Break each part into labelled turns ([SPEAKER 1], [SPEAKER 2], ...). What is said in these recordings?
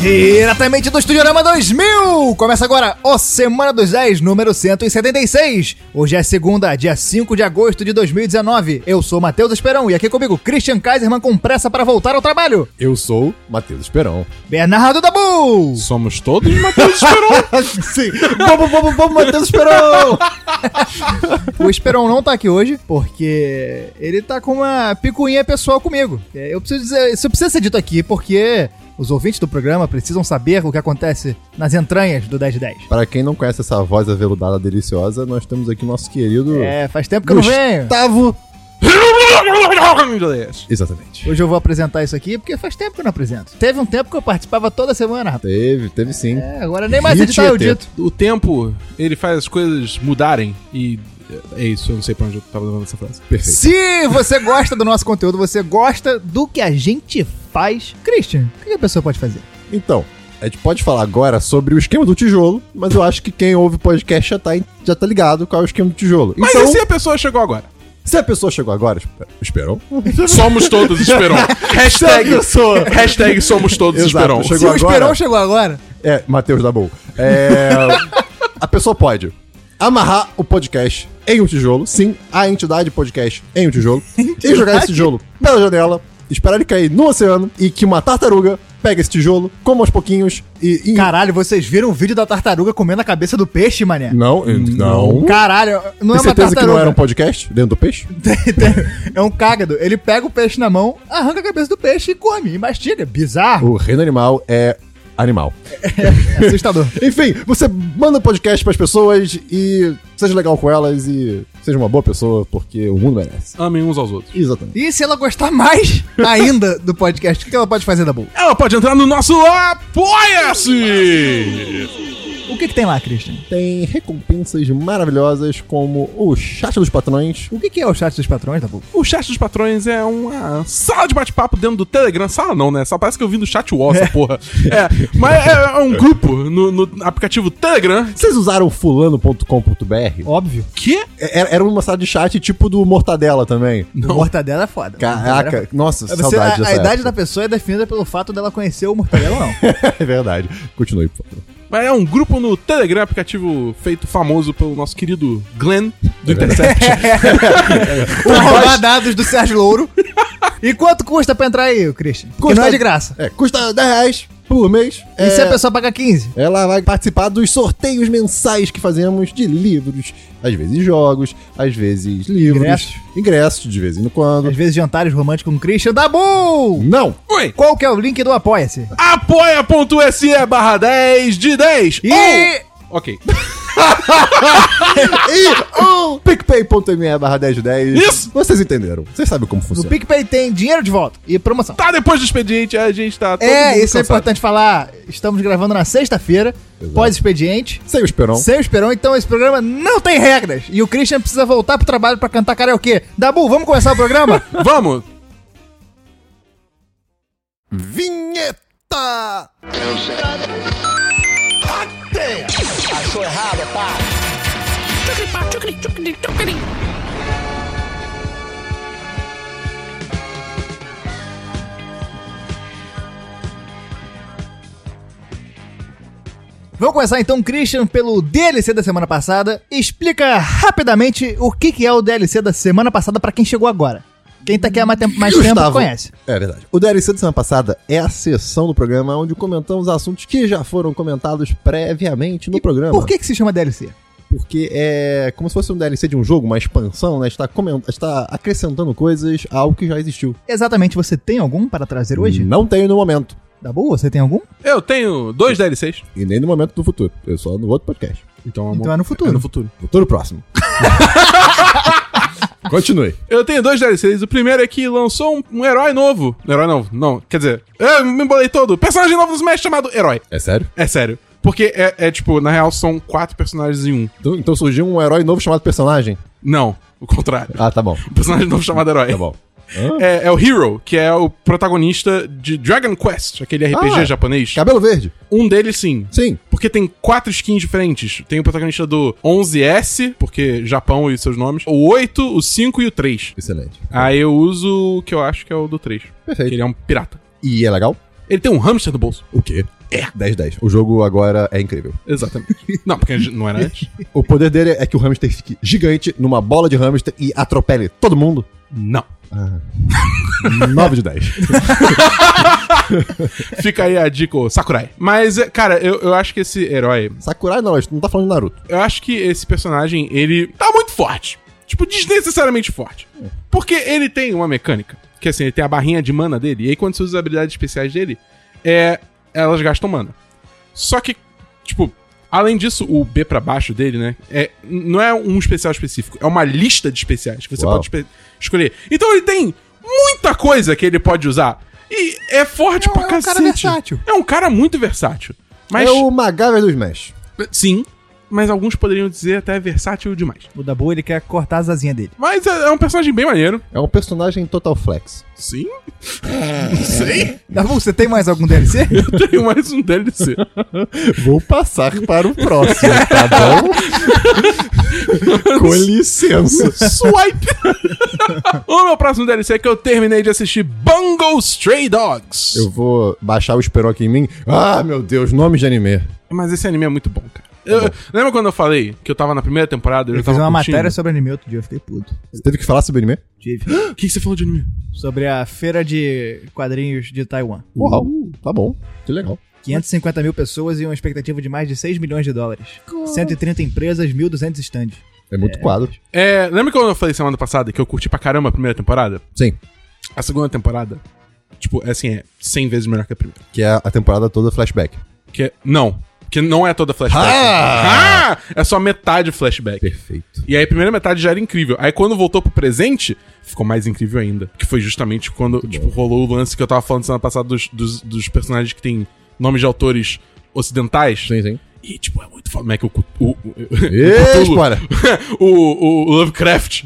[SPEAKER 1] Diretamente do Studiorama 2000! Começa agora o Semana dos 10, número 176. Hoje é segunda, dia 5 de agosto de 2019. Eu sou Matheus Esperão e aqui comigo Christian Kaiserman com pressa para voltar ao trabalho.
[SPEAKER 2] Eu sou Matheus Esperão.
[SPEAKER 1] Bernardo Dabu!
[SPEAKER 2] Somos todos Matheus Esperão. Sim. Bobo, bobo, bobo, Matheus Esperão.
[SPEAKER 1] O Esperão não tá aqui hoje porque ele tá com uma picuinha pessoal comigo. É, Eu preciso dizer, isso precisa ser dito aqui porque os ouvintes do programa precisam saber o que acontece nas entranhas do 10 de 10.
[SPEAKER 2] Para quem não conhece essa voz aveludada deliciosa, nós temos aqui nosso querido
[SPEAKER 1] É, faz tempo que eu não venho. Tá.
[SPEAKER 2] Gustavo. Exatamente.
[SPEAKER 1] Hoje eu vou apresentar isso aqui porque faz tempo que eu não apresento. Teve um tempo que eu participava toda semana, rapaz.
[SPEAKER 2] Teve, teve sim.
[SPEAKER 1] É, agora nem mais
[SPEAKER 2] Rio
[SPEAKER 1] editar eu
[SPEAKER 2] Tietê.
[SPEAKER 1] dito.
[SPEAKER 3] O tempo, ele faz as coisas mudarem e. É isso, eu não sei pra onde eu tava levando essa frase.
[SPEAKER 2] Perfeito.
[SPEAKER 1] Se você gosta do nosso conteúdo, você gosta do que a gente faz. Christian, o que a pessoa pode fazer?
[SPEAKER 2] Então, a gente pode falar agora sobre o esquema do tijolo, mas eu acho que quem ouve o podcast já tá, já tá ligado qual é o esquema do tijolo.
[SPEAKER 3] Mas
[SPEAKER 2] então,
[SPEAKER 3] e se a pessoa chegou agora?
[SPEAKER 1] é-
[SPEAKER 2] se a pessoa chegou agora, esp- esperou?
[SPEAKER 3] Somos todos Esperon. Hashtag,
[SPEAKER 2] Se a pessoa-
[SPEAKER 3] hashtag somos todos
[SPEAKER 2] Exato,
[SPEAKER 3] Esperon.
[SPEAKER 2] chegou-
[SPEAKER 1] Se o
[SPEAKER 2] agora?
[SPEAKER 1] Esperão chegou agora,
[SPEAKER 2] É, Matheus da Boa. É, a pessoa pode amarrar o podcast em um tijolo, sim, a entidade podcast em um tijolo, e jogar esse tijolo pela janela, esperar ele cair no oceano e que uma tartaruga pegue esse tijolo, coma aos pouquinhos e. e-
[SPEAKER 1] caralho, vocês viram o vídeo da tartaruga comendo a cabeça do peixe, mané?
[SPEAKER 2] Não, não.
[SPEAKER 1] Caralho, não
[SPEAKER 2] Tem
[SPEAKER 1] é uma
[SPEAKER 2] certeza
[SPEAKER 1] tartaruga.
[SPEAKER 2] que não era um podcast dentro do peixe?
[SPEAKER 1] é um cágado. Ele pega o peixe na mão, arranca a cabeça do peixe e come, e mastiga. Bizarro, é
[SPEAKER 2] O reino animal é animal.
[SPEAKER 1] assustador.
[SPEAKER 2] Enfim, você manda o podcast pras pessoas e seja legal com elas e seja uma boa pessoa, porque o mundo merece.
[SPEAKER 3] Amem uns aos outros.
[SPEAKER 2] Exatamente.
[SPEAKER 1] E se ela gostar mais ainda do podcast, o que ela pode fazer da boa?
[SPEAKER 3] Ela pode entrar no nosso Apoia-se!
[SPEAKER 1] O que, que tem lá, Christian?
[SPEAKER 2] tem recompensas maravilhosas como o chat dos patrões.
[SPEAKER 1] O que, que é o chat dos patrões, Dabu?
[SPEAKER 3] O chat dos patrões é uma sala de bate-papo dentro do Telegram. Sala não, né? Só parece que eu vim do chat wall, essa porra. É, mas é, é um grupo no, no aplicativo Telegram.
[SPEAKER 2] Vocês usaram fulano.com.br?
[SPEAKER 1] Óbvio.
[SPEAKER 3] Que?
[SPEAKER 2] É, Era era uma sala de chat tipo do Mortadela também.
[SPEAKER 1] O Mortadela é foda.
[SPEAKER 2] Caraca, nossa,
[SPEAKER 1] Você-
[SPEAKER 2] saudade
[SPEAKER 1] a,
[SPEAKER 2] dessa
[SPEAKER 1] a idade
[SPEAKER 2] época.
[SPEAKER 1] da pessoa é definida pelo fato dela conhecer o Mortadela ou não.
[SPEAKER 2] É verdade. Continue, por favor.
[SPEAKER 3] Mas é um grupo no Telegram, aplicativo feito famoso pelo nosso querido Glenn
[SPEAKER 1] É
[SPEAKER 3] do Intercept.
[SPEAKER 1] Pra roubar dados do Sérgio Louro. E quanto custa pra entrar aí, Christian? Porque
[SPEAKER 2] Custa-
[SPEAKER 1] não é de graça.
[SPEAKER 2] É, custa 10 reais por mês.
[SPEAKER 1] E se
[SPEAKER 2] É,
[SPEAKER 1] a pessoa pagar 15?
[SPEAKER 2] Ela vai participar dos sorteios mensais que fazemos de livros, às vezes jogos, às vezes livros,
[SPEAKER 1] Ingressos.
[SPEAKER 2] ingressos, de vez em quando.
[SPEAKER 1] Às vezes jantares românticos com o Christian. Dabu!
[SPEAKER 2] Não!
[SPEAKER 3] Oi!
[SPEAKER 1] Qual que é o link do Apoia-se?
[SPEAKER 3] apoia.se barra 10 de 10!
[SPEAKER 1] E...
[SPEAKER 3] Ou- Ok.
[SPEAKER 2] E o picpay.me barra 1010.
[SPEAKER 3] Isso!
[SPEAKER 2] Vocês entenderam. Vocês sabem como
[SPEAKER 1] No
[SPEAKER 2] funciona.
[SPEAKER 1] PicPay tem dinheiro de volta e promoção.
[SPEAKER 3] Tá depois do expediente, a gente tá todo
[SPEAKER 1] É,
[SPEAKER 3] mundo
[SPEAKER 1] isso é
[SPEAKER 3] cansado.
[SPEAKER 1] importante falar. Estamos gravando na sexta-feira, pós-expediente.
[SPEAKER 2] Sem o Esperon.
[SPEAKER 1] Sem o Esperão, então esse programa não tem regras. E o Christian precisa voltar pro trabalho pra cantar karaokê. Dabu, vamos começar o programa?
[SPEAKER 3] Vamos!
[SPEAKER 2] Vinheta!
[SPEAKER 1] vamos começar então, Christian, pelo DLC da semana passada. Explica rapidamente o que, que é o DLC da semana passada pra quem chegou agora. Quem tá aqui há mais tempo, mais tempo
[SPEAKER 2] Gustavo.
[SPEAKER 1] conhece.
[SPEAKER 2] É verdade. O DLC da semana passada é a sessão do programa onde comentamos assuntos que já foram comentados previamente no programa.
[SPEAKER 1] Por que, que se chama DLC?
[SPEAKER 2] Porque é como se fosse um DLC de um jogo, uma expansão, né? Está, coment... Está acrescentando coisas a algo que já existiu.
[SPEAKER 1] Exatamente, você tem algum para trazer
[SPEAKER 3] Hum.
[SPEAKER 1] hoje?
[SPEAKER 2] Não tenho no momento.
[SPEAKER 1] Dabu, você tem algum?
[SPEAKER 3] Eu tenho dois DLCs.
[SPEAKER 2] E nem no momento do futuro. Eu só no outro podcast.
[SPEAKER 3] Então, amor,
[SPEAKER 1] Então é no futuro.
[SPEAKER 3] É no futuro.
[SPEAKER 2] Futuro próximo. Continue.
[SPEAKER 3] Eu tenho dois DLCs. O primeiro é que lançou um, um herói novo. Um herói novo, não. Quer dizer, eu me embolei todo. Personagem novo do Smash chamado Herói.
[SPEAKER 2] É sério?
[SPEAKER 3] É sério. Porque é, é, tipo, na real são quatro personagens em um.
[SPEAKER 2] Então, então surgiu um herói novo chamado personagem?
[SPEAKER 3] Não, o contrário.
[SPEAKER 2] Ah, tá bom.
[SPEAKER 3] Um personagem novo chamado Herói.
[SPEAKER 2] Tá bom. Hã?
[SPEAKER 3] É, é o Hero, que é o protagonista de Dragon Quest, aquele RPG
[SPEAKER 2] Ah.
[SPEAKER 3] japonês.
[SPEAKER 2] Cabelo verde.
[SPEAKER 3] Um deles sim.
[SPEAKER 2] Sim.
[SPEAKER 3] Porque tem quatro skins diferentes. Tem o protagonista do 11S, porque Japão e seus nomes. O 8, o 5 e o 3.
[SPEAKER 2] Excelente.
[SPEAKER 3] Aí eu uso o que eu acho que é o do 3.
[SPEAKER 2] Perfeito.
[SPEAKER 3] Que ele é um pirata.
[SPEAKER 2] E é legal?
[SPEAKER 3] Ele tem um hamster no bolso.
[SPEAKER 2] O quê? É. 10-10. O jogo agora é incrível.
[SPEAKER 3] Exatamente. Não, porque não era antes.
[SPEAKER 2] O poder dele é que o hamster fique gigante numa bola de hamster e atropele todo mundo.
[SPEAKER 3] Não.
[SPEAKER 2] 9 de 10.
[SPEAKER 3] Fica aí a dica, ô Sakurai. Mas, é, cara, eu, eu acho que esse herói.
[SPEAKER 2] Sakurai não, a gente não tá falando de Naruto.
[SPEAKER 3] Eu acho que esse personagem, ele tá muito forte. Tipo, desnecessariamente forte. Porque ele tem uma mecânica. Que assim, ele tem a barrinha de mana dele. E aí, quando você usa as habilidades especiais dele, é, elas gastam mana. Só que, tipo, além disso, o B pra baixo dele, né? É, n- não é um especial específico. É uma lista de especiais que você
[SPEAKER 2] Uau.
[SPEAKER 3] pode espe- escolher. Então, ele tem muita coisa que ele pode usar. E é forte
[SPEAKER 1] É um-
[SPEAKER 3] pra
[SPEAKER 1] é um cara
[SPEAKER 3] cacete.
[SPEAKER 1] versátil.
[SPEAKER 3] É um cara muito versátil. Mas,
[SPEAKER 2] É o Magaver do Smash.
[SPEAKER 3] sim, mas alguns poderiam dizer até versátil demais.
[SPEAKER 1] O Dabu, ele quer cortar as asinhas dele.
[SPEAKER 3] Mas é é um personagem bem maneiro.
[SPEAKER 2] É um personagem total flex.
[SPEAKER 3] Sim. Não sei.
[SPEAKER 1] Dabu, você tem mais algum DLC?
[SPEAKER 3] Eu tenho mais um DLC.
[SPEAKER 2] Vou passar para o próximo, tá bom? Com licença.
[SPEAKER 3] Swipe! o meu próximo DLC é que eu terminei de assistir Bungo Stray Dogs.
[SPEAKER 2] Eu vou baixar o Esperon aqui em mim. Ah, meu Deus, nome de anime.
[SPEAKER 3] Mas esse anime é muito bom, cara. Eu- lembra quando eu falei que eu tava na primeira temporada?
[SPEAKER 1] Eu fiz
[SPEAKER 3] tava
[SPEAKER 1] uma
[SPEAKER 3] curtindo?
[SPEAKER 1] matéria sobre anime outro dia, eu fiquei puto.
[SPEAKER 2] Você teve que falar sobre anime?
[SPEAKER 1] Tive.
[SPEAKER 3] O que, que você falou de anime?
[SPEAKER 1] Sobre a feira de quadrinhos de Taiwan.
[SPEAKER 2] Uau,
[SPEAKER 3] Uhum.
[SPEAKER 2] tá bom. Que legal.
[SPEAKER 1] 550 mil pessoas e uma expectativa de mais de 6 milhões de dólares. 130 empresas, 1.200 stands.
[SPEAKER 2] É muito quadro.
[SPEAKER 3] É, lembra quando eu falei semana passada que eu curti pra caramba a primeira temporada?
[SPEAKER 2] Sim.
[SPEAKER 3] A segunda temporada, tipo, é assim, é 100 vezes melhor que a primeira.
[SPEAKER 2] Que é a temporada toda flashback.
[SPEAKER 3] Que é- não. Que não é toda flashback.
[SPEAKER 2] Ah!
[SPEAKER 3] Ah! É só metade flashback.
[SPEAKER 2] Perfeito.
[SPEAKER 3] E aí a primeira metade já era incrível. Aí quando voltou pro presente, ficou mais incrível ainda. Que foi justamente quando, tipo, rolou o lance que eu tava falando semana passada dos, dos, dos personagens que tem nomes de autores ocidentais.
[SPEAKER 2] Sim, sim.
[SPEAKER 3] E, tipo, é muito foda. Como é que o... Cu- o, o-
[SPEAKER 2] Ê,
[SPEAKER 3] Cthulhu.
[SPEAKER 2] spoiler.
[SPEAKER 3] o, o Lovecraft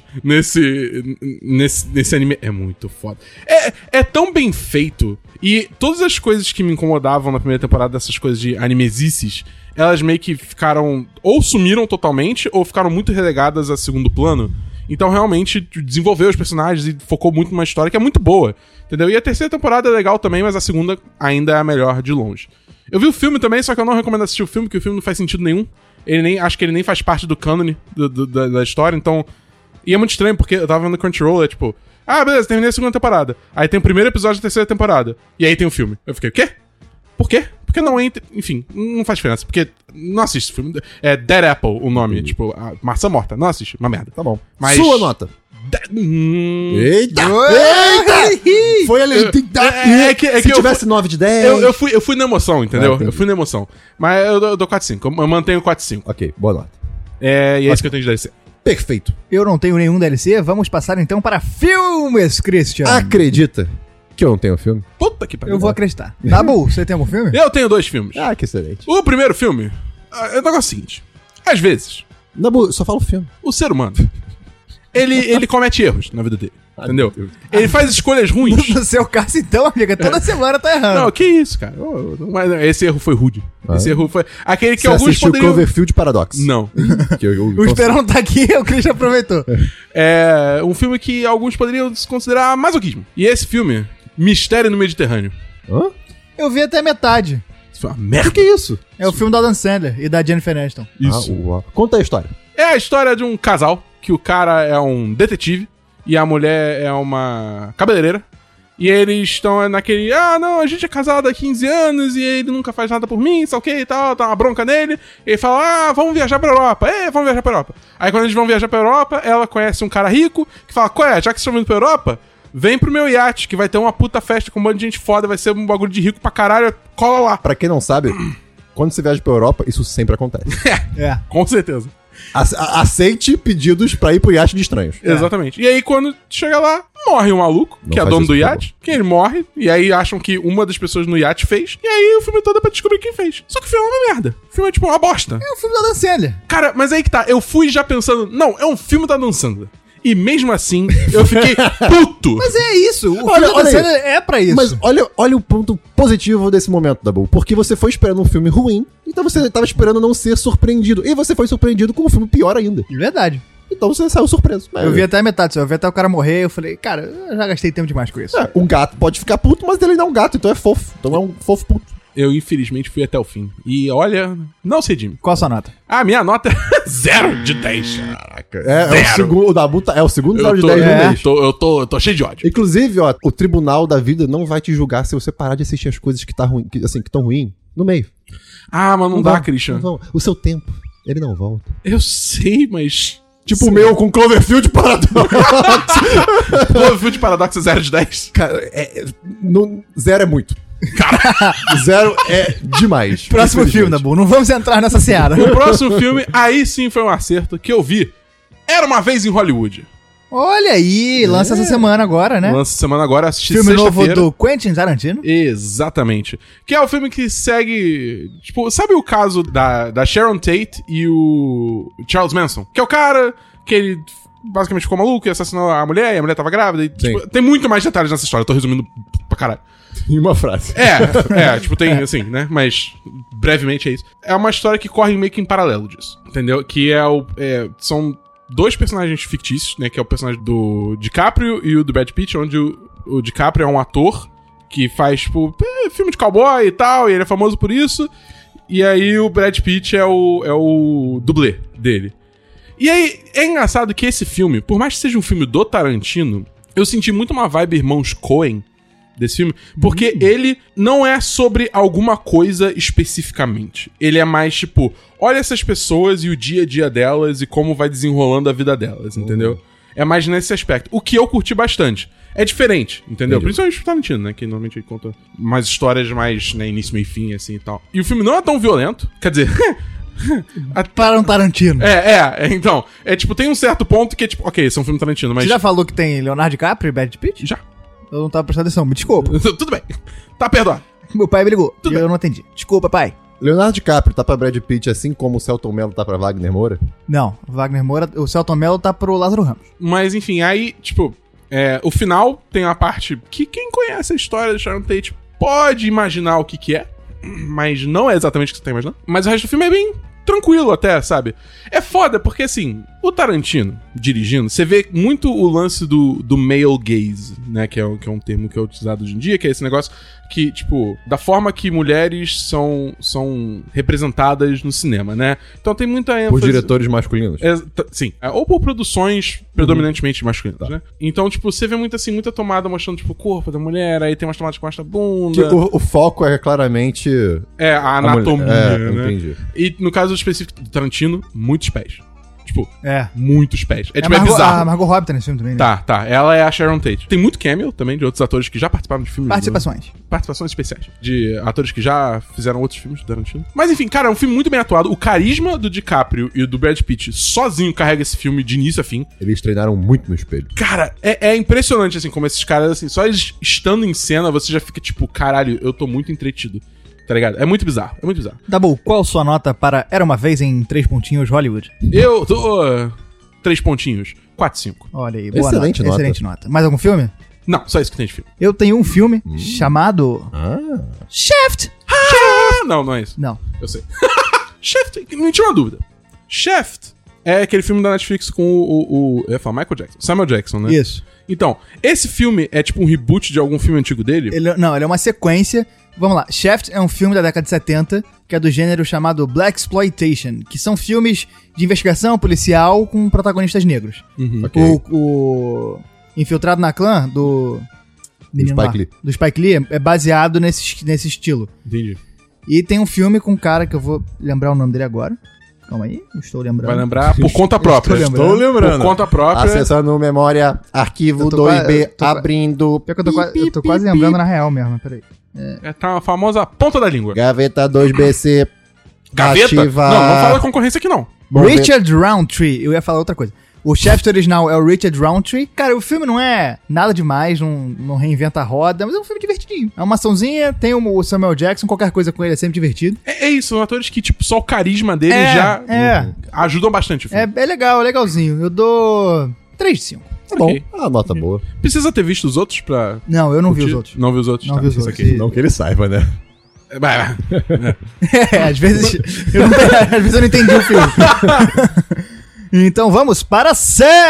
[SPEAKER 3] nesse, nesse, nesse anime é muito foda. É, é tão bem feito. E todas as coisas que me incomodavam na primeira temporada, essas coisas de animesices, elas meio que ficaram. ou sumiram totalmente, ou ficaram muito relegadas a segundo plano. Então, realmente, desenvolveu os personagens e focou muito numa história que é muito boa. Entendeu? E a terceira temporada é legal também, mas a segunda ainda é a melhor de longe. Eu vi o filme também, só que eu não recomendo assistir o filme, porque o filme não faz sentido nenhum. Ele nem, acho que ele nem faz parte do cânone do- do- da, da história, então. E é muito estranho, porque eu tava vendo Crunchyroll, é tipo, ah, beleza, terminei a segunda temporada. Aí tem o primeiro episódio da terceira temporada. E aí tem o filme. Eu fiquei, o quê? Por quê? Porque não entra. Enfim, não faz diferença. Porque não assiste o filme. É Dead Apple o nome. Tipo, a maçã morta. Não assiste. Uma merda.
[SPEAKER 2] Uhum. Tá bom.
[SPEAKER 3] Mas-
[SPEAKER 2] Sua nota.
[SPEAKER 3] De- Hum,
[SPEAKER 2] Eita! Eita! Foi ali.
[SPEAKER 3] É- é que- é
[SPEAKER 2] Se
[SPEAKER 3] que eu
[SPEAKER 2] tivesse 9 de 10.
[SPEAKER 3] Eu, eu fui, eu fui na emoção,
[SPEAKER 2] Ah,
[SPEAKER 3] entendeu?
[SPEAKER 2] entendi.
[SPEAKER 3] eu fui na emoção. Mas eu, dou- eu dou 4-5. Eu, eu mantenho 4-5.
[SPEAKER 2] Ok, boa nota.
[SPEAKER 3] É, e é isso que eu tenho de DLC.
[SPEAKER 2] Perfeito.
[SPEAKER 1] Eu não tenho nenhum DLC, vamos passar então para filmes, Christian.
[SPEAKER 2] Ah, Acredita que eu não tenho filme?
[SPEAKER 3] Puta que pariu.
[SPEAKER 1] eu vou acreditar. Dabu, você tem algum filme?
[SPEAKER 3] Eu tenho dois filmes.
[SPEAKER 2] Ah, que excelente.
[SPEAKER 3] O primeiro filme ah, é o negócio seguinte. Às vezes,
[SPEAKER 2] Nabu, só fala o filme.
[SPEAKER 3] o ser humano, ele, ele comete erros na vida dele. Entendeu?
[SPEAKER 2] Ah, meu Deus. Ah.
[SPEAKER 3] Ele faz escolhas ruins.
[SPEAKER 1] No seu caso, então, amiga, toda semana tá errando.
[SPEAKER 3] Não, que isso, cara. Oh, não é- não, Esse erro foi rude. Esse erro foi. Aquele que
[SPEAKER 2] Ah. Você
[SPEAKER 3] alguns
[SPEAKER 2] assistiu
[SPEAKER 3] poderiam.
[SPEAKER 2] Cloverfield Paradox.
[SPEAKER 3] Não.
[SPEAKER 2] Que eu, eu,
[SPEAKER 1] o Esperão tá aqui, o Christian aproveitou.
[SPEAKER 3] É um filme que alguns poderiam se considerar masoquismo. E esse filme, Mistério no Mediterrâneo.
[SPEAKER 2] Hã?
[SPEAKER 1] Eu vi até metade.
[SPEAKER 3] Isso foi uma merda.
[SPEAKER 2] O que é isso?
[SPEAKER 1] É o filme do Adam Sandler e da Jennifer Aniston.
[SPEAKER 3] Isso.
[SPEAKER 2] Ah, uau. Conta a história.
[SPEAKER 3] É a história de um casal, que o cara é um detetive e a mulher é uma cabeleireira. E eles estão naquele, ah, não, a gente é casado há 15 anos e ele nunca faz nada por mim, sei o que e tal, tá uma bronca nele. E ele fala, ah, vamos viajar pra Europa, é, vamos viajar pra Europa. Aí quando eles vão viajar pra Europa, ela conhece um cara rico que fala, qual é, já que vocês estão vindo pra Europa, vem pro meu iate, que vai ter uma puta festa com um monte de gente foda, vai ser um bagulho de rico pra caralho, cola lá.
[SPEAKER 2] Pra quem não sabe, quando você viaja pra Europa, isso sempre acontece.
[SPEAKER 1] É.
[SPEAKER 3] Com certeza.
[SPEAKER 2] Ace- a- Aceite pedidos pra ir pro iate de estranhos.
[SPEAKER 3] Exatamente. E aí, quando chega lá, morre um maluco,
[SPEAKER 2] É. Não
[SPEAKER 3] que é
[SPEAKER 2] faz
[SPEAKER 3] dono
[SPEAKER 2] isso,
[SPEAKER 3] do
[SPEAKER 2] por
[SPEAKER 3] iate, que ele morre, e aí acham que uma das pessoas no iate fez, e aí o filme todo é pra descobrir quem fez. Só que o filme é uma merda. O filme é tipo uma bosta.
[SPEAKER 1] É o filme do Adam Sandler.
[SPEAKER 3] Cara, mas aí que tá, eu fui já pensando, não, é um filme da Dan Sandler. E mesmo assim, eu fiquei puto.
[SPEAKER 1] Mas é isso. O filme do
[SPEAKER 2] Olha-
[SPEAKER 1] Adam
[SPEAKER 2] olha aí.
[SPEAKER 1] Sandler é pra isso.
[SPEAKER 2] Mas olha, olha o ponto positivo desse momento, Dabu. Porque você foi esperando um filme ruim, então você tava esperando não ser surpreendido. E você foi surpreendido com um filme pior ainda.
[SPEAKER 1] De verdade.
[SPEAKER 2] Então você saiu surpreso.
[SPEAKER 3] É.
[SPEAKER 1] Eu vi até a metade, só. eu vi até o cara morrer, eu falei, cara, eu já gastei tempo demais com isso.
[SPEAKER 2] É, um gato pode ficar puto, mas ele não é um gato, então é fofo. Então é um fofo puto.
[SPEAKER 3] Eu, infelizmente, fui até o fim. E olha, não se redime.
[SPEAKER 1] Qual a sua nota?
[SPEAKER 3] Ah, minha nota é zero de 10. Caraca.
[SPEAKER 2] É, é o segundo, o Dabu tá- é o segundo
[SPEAKER 3] Eu
[SPEAKER 2] episódio
[SPEAKER 3] tô,
[SPEAKER 2] de né? 10 do
[SPEAKER 3] é,
[SPEAKER 2] mês.
[SPEAKER 3] tô- eu, tô, eu tô cheio de ódio.
[SPEAKER 2] Inclusive, ó, o tribunal da vida não vai te julgar se você parar de assistir as coisas que tá ruim, que, assim, que estão ruim no meio.
[SPEAKER 3] Ah, mas não, dá,
[SPEAKER 2] vão,
[SPEAKER 3] Christian.
[SPEAKER 2] não vão. O seu tempo, ele não volta.
[SPEAKER 3] Eu sei, mas.
[SPEAKER 2] Tipo o meu com Cloverfield Paradox.
[SPEAKER 3] Cloverfield Paradox é 0 de 10.
[SPEAKER 2] Cara, é, é- não- zero é muito. Cara, zero é demais.
[SPEAKER 1] Próximo filme,
[SPEAKER 2] Infelizmente.
[SPEAKER 1] Dabu. Não vamos entrar nessa seara.
[SPEAKER 3] O próximo filme, aí sim foi um acerto que eu vi. Era uma vez em Hollywood.
[SPEAKER 1] Olha aí, lança essa semana agora, né?
[SPEAKER 3] Lança semana agora, assisti
[SPEAKER 1] Filme novo
[SPEAKER 3] sexta-feira.
[SPEAKER 1] do Quentin Tarantino.
[SPEAKER 3] Exatamente. Que é o filme que segue. Tipo, sabe o caso da, da Sharon Tate e o Charles Manson? Que é o cara que ele basicamente ficou maluco e assassinou a mulher, e a mulher tava grávida. e, tipo, tem muito mais detalhes nessa história, eu tô resumindo pra caralho.
[SPEAKER 2] Em uma frase.
[SPEAKER 3] É, é, tipo, tem assim, né? Mas brevemente é isso. É uma história que corre meio que em paralelo disso, entendeu? Que é o. é, são dois personagens fictícios, né? Que é o personagem do DiCaprio e o do Brad Pitt, onde o, o DiCaprio é um ator que faz, tipo, é, filme de cowboy e tal, e ele é famoso por isso. E aí o Brad Pitt é o, é o dublê dele. E aí, é engraçado que esse filme, por mais que seja um filme do Tarantino, eu senti muito uma vibe Irmãos Coen desse filme, porque ele não é sobre alguma coisa especificamente. Ele é mais tipo, olha essas pessoas e o dia a dia delas e como vai desenrolando a vida delas, entendeu? É mais nesse aspecto. O que eu curti bastante. É diferente, entendeu? Principalmente o Tarantino, né? Que normalmente ele conta mais histórias, mais, né, início, meio e fim, assim e tal. E o filme não é tão violento. Quer dizer,
[SPEAKER 1] Para um Tarantino.
[SPEAKER 3] É, é, é, então. É tipo, tem um certo ponto que é tipo, ok, esse é um filme Tarantino, mas.
[SPEAKER 1] Você já falou que tem Leonardo DiCaprio e Brad Pitt?
[SPEAKER 3] Já.
[SPEAKER 1] Eu não tava prestando atenção, me desculpa.
[SPEAKER 3] Tudo bem. Tá perdoado.
[SPEAKER 1] Meu pai me ligou.
[SPEAKER 3] Tudo
[SPEAKER 1] e eu não atendi. Desculpa, pai.
[SPEAKER 2] Leonardo DiCaprio tá pra Brad Pitt assim como o Celton Mello tá pra Wagner Moura?
[SPEAKER 1] Não, Wagner Moura, o Celton Mello tá pro Lázaro Ramos.
[SPEAKER 3] Mas enfim, aí, tipo, é, o final tem uma parte que quem conhece a história do Sharon Tate pode imaginar o que que é, mas não é exatamente o que você tá imaginando. Mas o resto do filme é bem tranquilo até, sabe? É foda porque, assim, o Tarantino dirigindo, você vê muito o lance do, do male gaze, né? Que é, o- que é um termo que é utilizado hoje em dia, que é esse negócio que, tipo, da forma que mulheres são, são representadas no cinema, né? Então tem muita ênfase...
[SPEAKER 2] Por diretores masculinos.
[SPEAKER 3] É, t- sim. É, Ou por produções
[SPEAKER 2] Uhum.
[SPEAKER 3] predominantemente masculinas,
[SPEAKER 2] Tá.
[SPEAKER 3] né? Então, tipo, você vê muito assim, muita tomada mostrando, tipo, o corpo da mulher, aí tem umas tomadas que mostra a
[SPEAKER 2] Que
[SPEAKER 3] bunda.
[SPEAKER 2] o, o foco é claramente
[SPEAKER 3] é, a
[SPEAKER 2] a
[SPEAKER 3] anatomia,
[SPEAKER 2] mulher. É,
[SPEAKER 3] né?
[SPEAKER 2] Entendi.
[SPEAKER 3] E no caso específico do Tarantino, muitos pés. Tipo,
[SPEAKER 1] É.
[SPEAKER 3] muitos pés. É,
[SPEAKER 1] É
[SPEAKER 3] tipo, é
[SPEAKER 1] Margot,
[SPEAKER 3] bizarro.
[SPEAKER 2] Ah,
[SPEAKER 1] a Margot Robbie tá nesse filme também, né?
[SPEAKER 3] Tá, tá. Ela é a Sharon Tate. Tem muito cameo também de outros atores que já participaram de filmes. do-
[SPEAKER 1] Participações.
[SPEAKER 3] participações especiais de atores que já fizeram outros filmes do Tarantino. Mas enfim, cara, é um filme muito bem atuado. O carisma do DiCaprio e do Brad Pitt sozinho carrega esse filme de início a fim.
[SPEAKER 2] Eles treinaram muito no espelho.
[SPEAKER 3] Cara, é, é impressionante, assim, como esses caras, assim, só eles estando em cena, você já fica tipo, caralho, eu tô muito entretido. Tá ligado? É muito bizarro, é muito bizarro.
[SPEAKER 1] Dabu, qual sua nota para Era Uma Vez em Três Pontinhos Hollywood?
[SPEAKER 3] Eu tô. uh, Três pontinhos. Quatro, cinco.
[SPEAKER 1] Olha aí, boa
[SPEAKER 2] Excelente
[SPEAKER 1] nota.
[SPEAKER 2] nota.
[SPEAKER 1] Excelente nota. Mais algum filme?
[SPEAKER 3] Não, só isso que tem de filme.
[SPEAKER 1] Eu tenho um filme chamado...
[SPEAKER 2] Hum. Ah.
[SPEAKER 1] Shaft!
[SPEAKER 3] Ah, não, não é isso.
[SPEAKER 1] Não.
[SPEAKER 3] Eu sei. Shaft, me tira uma dúvida. Shaft é aquele filme da Netflix com o. o, o- eu ia falar Michael Jackson. Samuel Jackson, né?
[SPEAKER 1] Isso.
[SPEAKER 3] Então, esse filme é tipo um reboot de algum filme antigo dele?
[SPEAKER 1] Ele, não, ele é uma sequência. Vamos lá. Shaft é um filme da década de 70, que é do gênero chamado Black Exploitation, que são filmes de investigação policial com protagonistas negros.
[SPEAKER 2] Uhum. Ok.
[SPEAKER 1] O, o Infiltrado na Clã, do. menino
[SPEAKER 2] Spike
[SPEAKER 1] lá,
[SPEAKER 2] Lee.
[SPEAKER 1] Do Spike Lee, é baseado nesse, nesse estilo.
[SPEAKER 3] Entendi.
[SPEAKER 1] E tem um filme com um cara que eu vou lembrar o nome dele agora. Calma aí, não estou lembrando.
[SPEAKER 3] Vai lembrar por conta própria.
[SPEAKER 1] Estou lembrando. Ah,
[SPEAKER 3] Por conta própria.
[SPEAKER 2] Acessando memória, arquivo
[SPEAKER 1] Eu tô
[SPEAKER 2] 2B,
[SPEAKER 1] quase- eu tô-
[SPEAKER 2] abrindo.
[SPEAKER 1] Pior que eu tô, quase- eu tô quase lembrando na real mesmo, peraí.
[SPEAKER 3] É, tá a famosa ponta da língua.
[SPEAKER 2] Gaveta 2BC.
[SPEAKER 3] Gaveta?
[SPEAKER 2] Ativa-
[SPEAKER 3] Não, não fala concorrência aqui não.
[SPEAKER 2] Bom,
[SPEAKER 1] Richard Roundtree, eu ia falar outra coisa. O chefe original é o Richard Roundtree. Cara, o filme não é nada demais, não, não reinventa a roda, mas é um filme divertidinho. É uma açãozinha, tem o Samuel Jackson, qualquer coisa com ele é sempre divertido.
[SPEAKER 3] É, é isso, são atores que, tipo, só o carisma dele
[SPEAKER 1] É,
[SPEAKER 3] já Uhum.
[SPEAKER 1] é.
[SPEAKER 3] ajudam bastante assim. o
[SPEAKER 1] É,
[SPEAKER 3] filme.
[SPEAKER 1] é legal, é legalzinho. Eu dou 3 de 5.
[SPEAKER 2] Tá bom.
[SPEAKER 3] Ok.
[SPEAKER 2] Ah, nota boa.
[SPEAKER 3] Precisa ter visto os outros pra.
[SPEAKER 1] Não, eu não vi os
[SPEAKER 3] curtir?
[SPEAKER 1] outros.
[SPEAKER 3] Não vi os outros.
[SPEAKER 1] Não vi os
[SPEAKER 3] Tá, isso
[SPEAKER 1] outros.
[SPEAKER 3] aqui.
[SPEAKER 1] Não
[SPEAKER 2] que ele saiba, né?
[SPEAKER 3] É, vai, vai.
[SPEAKER 1] É, às vezes eu não, às vezes eu não entendi o filme. Então vamos para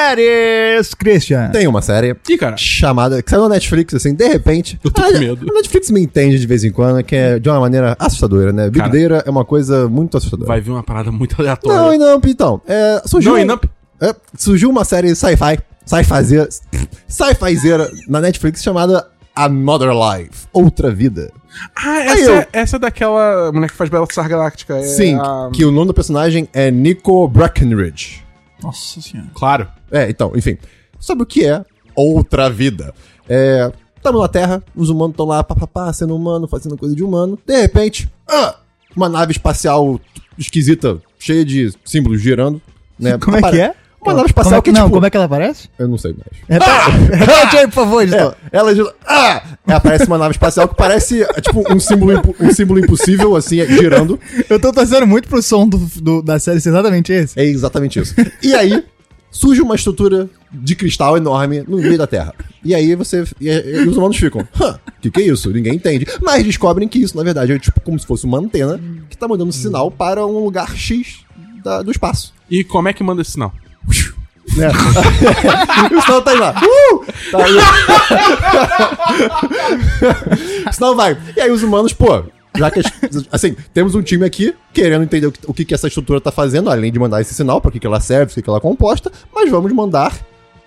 [SPEAKER 1] séries, Christian.
[SPEAKER 2] Tem uma série
[SPEAKER 3] Ih, cara.
[SPEAKER 2] chamada, que saiu na Netflix, assim, de repente.
[SPEAKER 3] Eu tô com
[SPEAKER 2] A-
[SPEAKER 3] medo.
[SPEAKER 2] A Netflix me entende de vez em quando, que é de uma maneira assustadora, né? Big
[SPEAKER 3] Cara.
[SPEAKER 2] Data é uma coisa muito assustadora.
[SPEAKER 3] Vai vir uma parada muito aleatória.
[SPEAKER 2] Não, e não, então. É, surgiu,
[SPEAKER 3] Não, e não-
[SPEAKER 2] é, surgiu uma série sci-fi, sci-fizeira, sci-fizeira na Netflix chamada Another Life, Outra Vida.
[SPEAKER 3] Ah,
[SPEAKER 2] Aí
[SPEAKER 3] essa,
[SPEAKER 2] eu-
[SPEAKER 3] é, essa é daquela mulher que faz Battlestar Galáctica. É
[SPEAKER 2] Sim,
[SPEAKER 3] a-
[SPEAKER 2] que o nome do personagem é Nico Brackenridge.
[SPEAKER 1] Nossa senhora.
[SPEAKER 3] Claro.
[SPEAKER 2] É, então, enfim. Sobre o que é outra vida. É. Tamo na Terra, os humanos estão lá, papapá, sendo humano, fazendo coisa de humano. De repente, ah, uma nave espacial esquisita, cheia de símbolos girando. Né?
[SPEAKER 1] Como é que é?
[SPEAKER 2] Uma nave
[SPEAKER 1] Como
[SPEAKER 2] espacial
[SPEAKER 1] é que,
[SPEAKER 2] que,
[SPEAKER 1] não,
[SPEAKER 2] tipo.
[SPEAKER 1] como é que ela aparece? É,
[SPEAKER 2] Eu não sei mais.
[SPEAKER 1] Repete, repete aí, por favor, editor.
[SPEAKER 2] É, ela gira. Ah! Aí aparece uma nave espacial que parece, é, tipo, um símbolo, impo- um símbolo impossível, assim, girando.
[SPEAKER 1] Eu tô torcendo muito pro som do- do- da série ser exatamente esse.
[SPEAKER 2] É exatamente isso. E aí, surge uma estrutura de cristal enorme no meio da Terra. E aí você. E, e os humanos ficam. Hã, o que, que é isso? Ninguém entende. Mas descobrem que isso, na verdade, é tipo como se fosse uma antena que tá mandando sinal para um lugar X da- do espaço.
[SPEAKER 3] E como é que manda esse sinal?
[SPEAKER 2] Né? e o sinal tá aí lá. Uh! Tá aí. o sinal vai. E aí os humanos, pô. Já que, as- assim, temos um time aqui querendo entender o que, o que que essa estrutura tá fazendo, além de mandar esse sinal, pra que, que ela serve, o que, que ela é composta, mas vamos mandar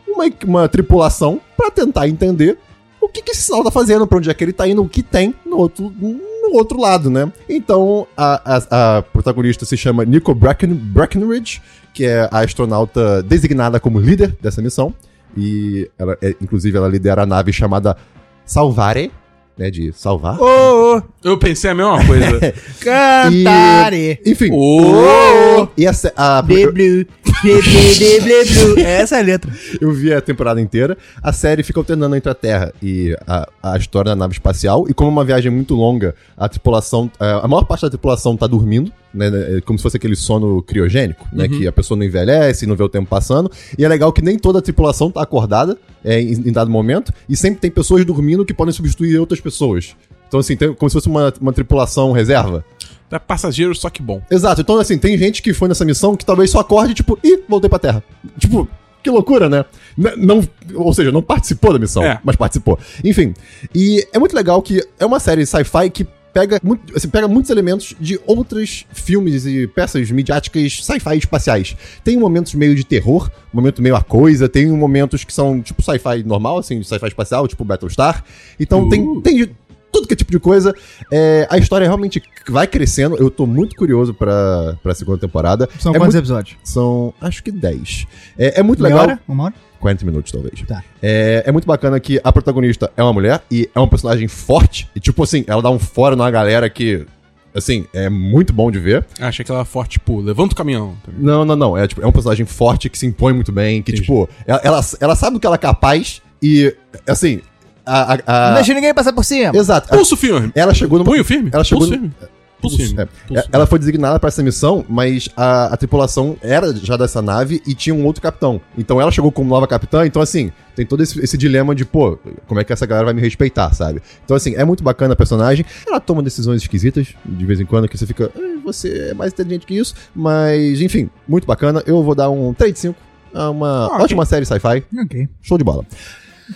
[SPEAKER 2] uma, uma tripulação pra tentar entender o que, que esse sinal tá fazendo, pra onde é que ele tá indo, o que tem no outro, no outro lado, né? Então, a, a- a protagonista se chama Nico Bracken, Brackenridge, que é a astronauta designada como líder dessa missão. E, ela, é- inclusive, ela lidera a nave chamada Salvare, né? De salvar.
[SPEAKER 3] Ô, ô, eu pensei a mesma coisa.
[SPEAKER 1] Cantare.
[SPEAKER 2] Enfim.
[SPEAKER 3] Ô,
[SPEAKER 2] E a, sé- a-
[SPEAKER 1] Blue, blue, blue, blue, blue, blue. Essa é a letra.
[SPEAKER 2] Eu vi a temporada inteira. A série fica alternando entre a Terra e a, a história da nave espacial. E como é uma viagem muito longa, a tripulação. é, A maior parte da tripulação tá dormindo, né? né, é Como se fosse aquele sono criogênico, né? Que a pessoa não envelhece, não vê o tempo passando. E é legal que nem toda a tripulação tá acordada é, em, em dado momento. E sempre tem pessoas dormindo que podem substituir outras pessoas. Então, assim, tem, como se fosse uma, uma tripulação reserva.
[SPEAKER 3] Tá passageiro, só que bom.
[SPEAKER 2] Exato. Então, assim, tem gente que foi nessa missão que talvez só acorde, tipo, ih, voltei pra Terra. Tipo, que loucura, né? N- não, ou seja, não participou da missão,
[SPEAKER 3] É.
[SPEAKER 2] mas participou. Enfim, e é muito legal que é uma série sci-fi que pega, muito, assim, pega muitos elementos de outros filmes e peças midiáticas sci-fi espaciais. Tem momentos meio de terror, um momento meio a coisa, tem momentos que são, tipo, sci-fi normal, assim, sci-fi espacial, tipo Battlestar. Então, tem,
[SPEAKER 3] Uh.
[SPEAKER 2] tem de tudo que é tipo de coisa. É, a história realmente vai crescendo. Eu tô muito curioso pra, pra segunda temporada.
[SPEAKER 1] São
[SPEAKER 2] É
[SPEAKER 1] quantos
[SPEAKER 2] muito-
[SPEAKER 1] episódios?
[SPEAKER 2] São, acho que 10. É, é muito
[SPEAKER 1] Meia
[SPEAKER 2] legal.
[SPEAKER 1] hora? Uma hora?
[SPEAKER 2] 40 minutos, talvez.
[SPEAKER 1] Tá.
[SPEAKER 2] É, é muito bacana que a protagonista é uma mulher e é uma personagem forte. E, tipo assim, ela dá um fora numa galera que, assim, é muito bom de ver.
[SPEAKER 3] Achei que ela era forte, tipo, levanta o caminhão.
[SPEAKER 2] Não, não, não. É, tipo, é um personagem forte que se impõe muito bem, que,
[SPEAKER 3] Entendi.
[SPEAKER 2] tipo, ela, ela, ela sabe do que ela é capaz e, assim, a. a- a-
[SPEAKER 1] Não deixa ninguém passar por cima.
[SPEAKER 2] Exato.
[SPEAKER 3] Pulso firme.
[SPEAKER 2] Ela chegou numa.
[SPEAKER 3] Punho firme.
[SPEAKER 2] Ela chegou
[SPEAKER 3] Pulso
[SPEAKER 2] no-
[SPEAKER 3] firme. Pulso firme.
[SPEAKER 2] É,
[SPEAKER 3] Pulso firme.
[SPEAKER 2] Ela foi designada pra essa missão, mas a, a tripulação era já dessa nave e tinha um outro capitão. Então ela chegou como nova capitã, então assim, tem todo esse, esse dilema de, pô, como é que essa galera vai me respeitar, sabe? Então assim, é muito bacana a personagem. Ela toma decisões esquisitas de vez em quando que você fica, "Ah, você é mais inteligente que isso, mas enfim, muito bacana. Eu vou dar um 3 de 5. É uma
[SPEAKER 3] Ah, ok.
[SPEAKER 2] ótima série sci-fi,
[SPEAKER 1] Ok.
[SPEAKER 2] show de bola.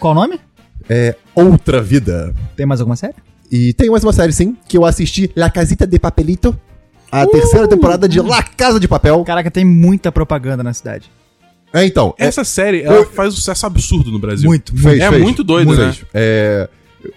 [SPEAKER 1] Qual o nome?
[SPEAKER 2] Outra vida.
[SPEAKER 1] Tem mais alguma série?
[SPEAKER 2] E tem mais uma série, sim, que eu assisti La Casita de Papelito.
[SPEAKER 3] Uh!
[SPEAKER 2] A terceira temporada de La Casa de Papel.
[SPEAKER 1] Caraca, tem muita propaganda na cidade.
[SPEAKER 2] É, então. É,
[SPEAKER 3] Essa série, ela faz um sucesso absurdo no Brasil.
[SPEAKER 1] Muito,
[SPEAKER 2] fez,
[SPEAKER 3] é
[SPEAKER 2] fez.
[SPEAKER 3] muito doido,
[SPEAKER 2] Muito
[SPEAKER 3] né?
[SPEAKER 2] fez. É.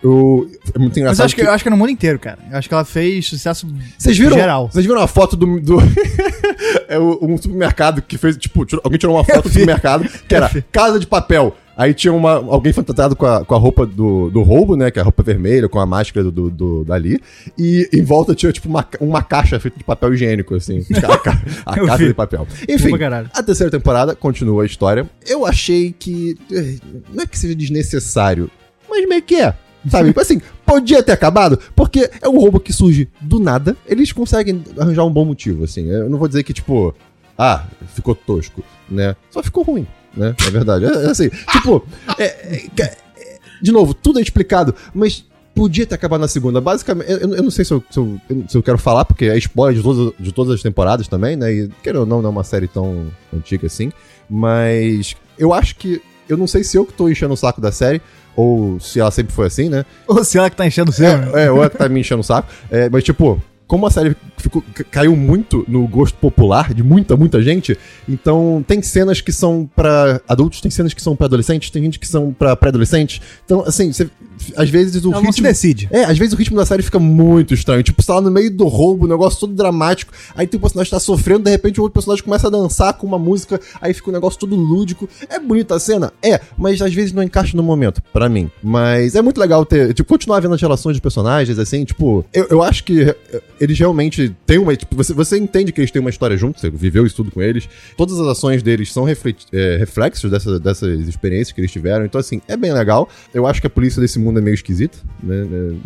[SPEAKER 2] Eu, é muito
[SPEAKER 1] Mas
[SPEAKER 2] engraçado.
[SPEAKER 1] eu acho que, eu acho que é no mundo inteiro, cara. Eu acho que ela fez sucesso
[SPEAKER 2] Vocês viram?
[SPEAKER 1] geral.
[SPEAKER 2] Vocês viram a foto do. do- é o- um supermercado que fez. Tipo, tirou- alguém tirou uma foto do
[SPEAKER 1] vi.
[SPEAKER 2] supermercado que era
[SPEAKER 1] vi.
[SPEAKER 2] casa de papel. Aí tinha uma, alguém fantasiado com a, com a roupa do, do roubo, né? Que é a roupa vermelha, com a máscara do, do, dali. E em volta tinha, tipo, uma, ca- uma caixa feita de papel higiênico, assim. A, ca- a
[SPEAKER 1] Eu
[SPEAKER 2] casa
[SPEAKER 1] vi.
[SPEAKER 2] de papel. Enfim,
[SPEAKER 1] Pra caralho.
[SPEAKER 2] a terceira temporada continua a história. Eu achei que. eh, Não é que seja desnecessário, mas meio que é. Sabe? assim, podia ter acabado, porque é um roubo que surge do nada. Eles conseguem arranjar um bom motivo, assim. Eu não vou dizer que, tipo, ah, ficou tosco, né? Só ficou ruim, né? É verdade. É, é assim, tipo, é- é- é- de novo, tudo é explicado, mas podia ter acabado na segunda. Basicamente, eu, eu não sei se eu, se, eu, eu- se eu quero falar, porque é spoiler de todas, de todas as temporadas também, né? E queira ou não, não é uma série tão antiga assim. Mas eu acho que. Eu não sei se eu que tô enchendo o saco da série, ou se ela sempre foi assim, né?
[SPEAKER 1] Ou se ela que tá enchendo o seu. né?
[SPEAKER 2] É, é, ou ela que tá me enchendo o saco. É, mas, tipo, como a série ficou- c- caiu muito no gosto popular de muita, muita gente, então tem cenas que são pra adultos, tem cenas que são pra adolescentes, tem gente que são pra pré-adolescentes. Então, assim, você- às vezes o
[SPEAKER 1] Ela não se
[SPEAKER 2] ritmo.
[SPEAKER 1] decide.
[SPEAKER 2] É, às vezes o ritmo da série fica muito estranho. Tipo, você tá lá no meio do roubo, o negócio todo dramático. Aí tem um personagem que tá sofrendo, de repente o outro personagem começa a dançar com uma música, aí fica um negócio todo lúdico. É bonita a cena? É, mas às vezes não encaixa no momento, pra mim. Mas é muito legal ter, tipo, continuar vendo as relações dos personagens, assim, tipo, eu, eu acho que eh, eles realmente têm uma. Tipo, você, você entende que eles têm uma história junto, você viveu isso tudo com eles. Todas as ações deles são refleti- eh, reflexos dessa- dessas experiências que eles tiveram. Então, assim, é bem legal. Eu acho que a polícia desse mundo é meio esquisita, né? né?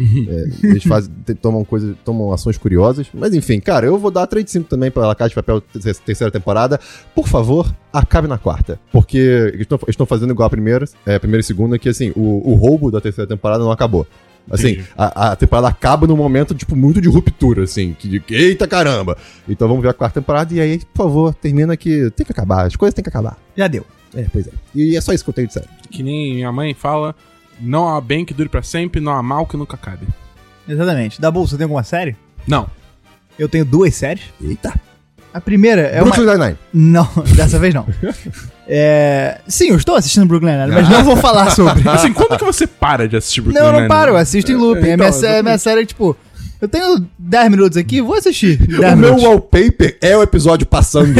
[SPEAKER 2] É, eles fazem, te- tomam, coisas, tomam ações curiosas. Mas enfim, cara, eu vou dar 3 de 5 também pra La Casa de Papel te- terceira temporada. Por favor, acabe na quarta. Porque eles tão- eles estão fazendo igual a primeira, é, primeira e segunda, que assim, o, o roubo da terceira temporada não acabou. Assim,
[SPEAKER 3] Entendi.
[SPEAKER 2] a, a temporada acaba num momento, tipo, muito de ruptura, assim. Que, de- que, eita caramba! Então vamos ver a quarta temporada e aí, por favor, termina que tem que acabar. As coisas têm que acabar.
[SPEAKER 1] Já deu.
[SPEAKER 2] É, pois é. E é só isso que eu tenho de sério.
[SPEAKER 3] Que nem minha mãe fala, não há bem que dure pra sempre, não há mal que nunca acabe.
[SPEAKER 1] Exatamente. Da bolsa, tem alguma série?
[SPEAKER 3] Não.
[SPEAKER 1] Eu tenho duas séries.
[SPEAKER 2] Eita!
[SPEAKER 1] A primeira é uma.
[SPEAKER 2] Brooklyn Nine-Nine.
[SPEAKER 1] Não, dessa vez não. É... Sim, eu estou assistindo Brooklyn Nine-Nine, mas não vou
[SPEAKER 2] Ah.
[SPEAKER 1] falar sobre.
[SPEAKER 3] Assim, quando que você para de assistir Brooklyn
[SPEAKER 1] Não, eu não
[SPEAKER 3] Nine-Nine?
[SPEAKER 1] paro, eu assisto em looping.
[SPEAKER 3] É,
[SPEAKER 1] é
[SPEAKER 3] então,
[SPEAKER 1] minha, sé- é minha série, tipo, eu tenho 10 minutos aqui, vou assistir. 10
[SPEAKER 2] O meu
[SPEAKER 1] minutos.
[SPEAKER 2] wallpaper é o episódio passando.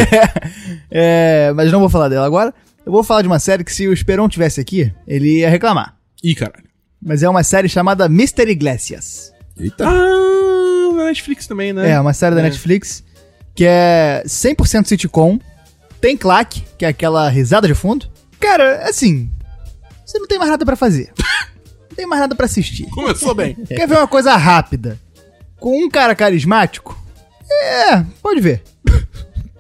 [SPEAKER 1] É, mas não vou falar dela agora. Eu vou falar de uma série que se o Esperon tivesse aqui, ele ia reclamar.
[SPEAKER 3] Ih, caralho.
[SPEAKER 1] Mas é uma série chamada Mr. Iglesias.
[SPEAKER 2] Eita!
[SPEAKER 3] Ah, na Netflix também, né?
[SPEAKER 1] Tá. É, uma série da Netflix que é 100% sitcom. Tem claque, que é aquela risada de fundo. Cara, assim, você não tem mais nada pra fazer. não tem mais nada pra assistir.
[SPEAKER 3] Começou bem.
[SPEAKER 1] Quer ver uma coisa rápida? Com um cara carismático? É, pode ver.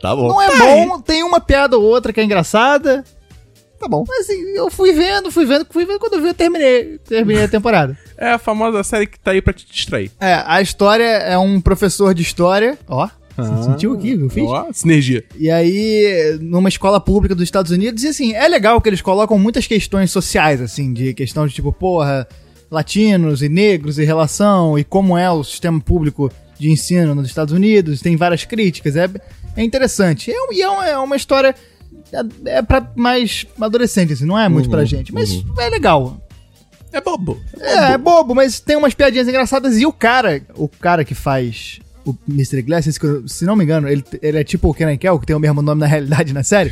[SPEAKER 2] Tá bom.
[SPEAKER 1] Não é bom, tem uma piada ou outra que é engraçada.
[SPEAKER 2] Tá bom.
[SPEAKER 1] Mas assim, eu fui vendo, fui vendo, fui vendo. Quando eu vi, eu terminei, terminei a temporada.
[SPEAKER 3] É a famosa série que tá aí pra te distrair.
[SPEAKER 1] É, a história é um professor de história. Ó, você sentiu aqui, eu fiz?
[SPEAKER 3] Ó, sinergia.
[SPEAKER 1] E aí, numa escola pública dos Estados Unidos, e assim, é legal que eles colocam muitas questões sociais, assim, de questão de tipo, porra, latinos e negros e relação, e como é o sistema público de ensino nos Estados Unidos, tem várias críticas, é, é interessante. É, um- e é uma, é uma história. É, é pra mais adolescente, assim, não é muito pra gente, mas é legal.
[SPEAKER 3] É bobo.
[SPEAKER 1] É, é bobo, mas tem umas piadinhas engraçadas. E o cara, o cara que faz o Mr. Iglesias, que eu- se não me engano, ele, ele é tipo o Kenan Kell, que tem o mesmo nome na realidade na série.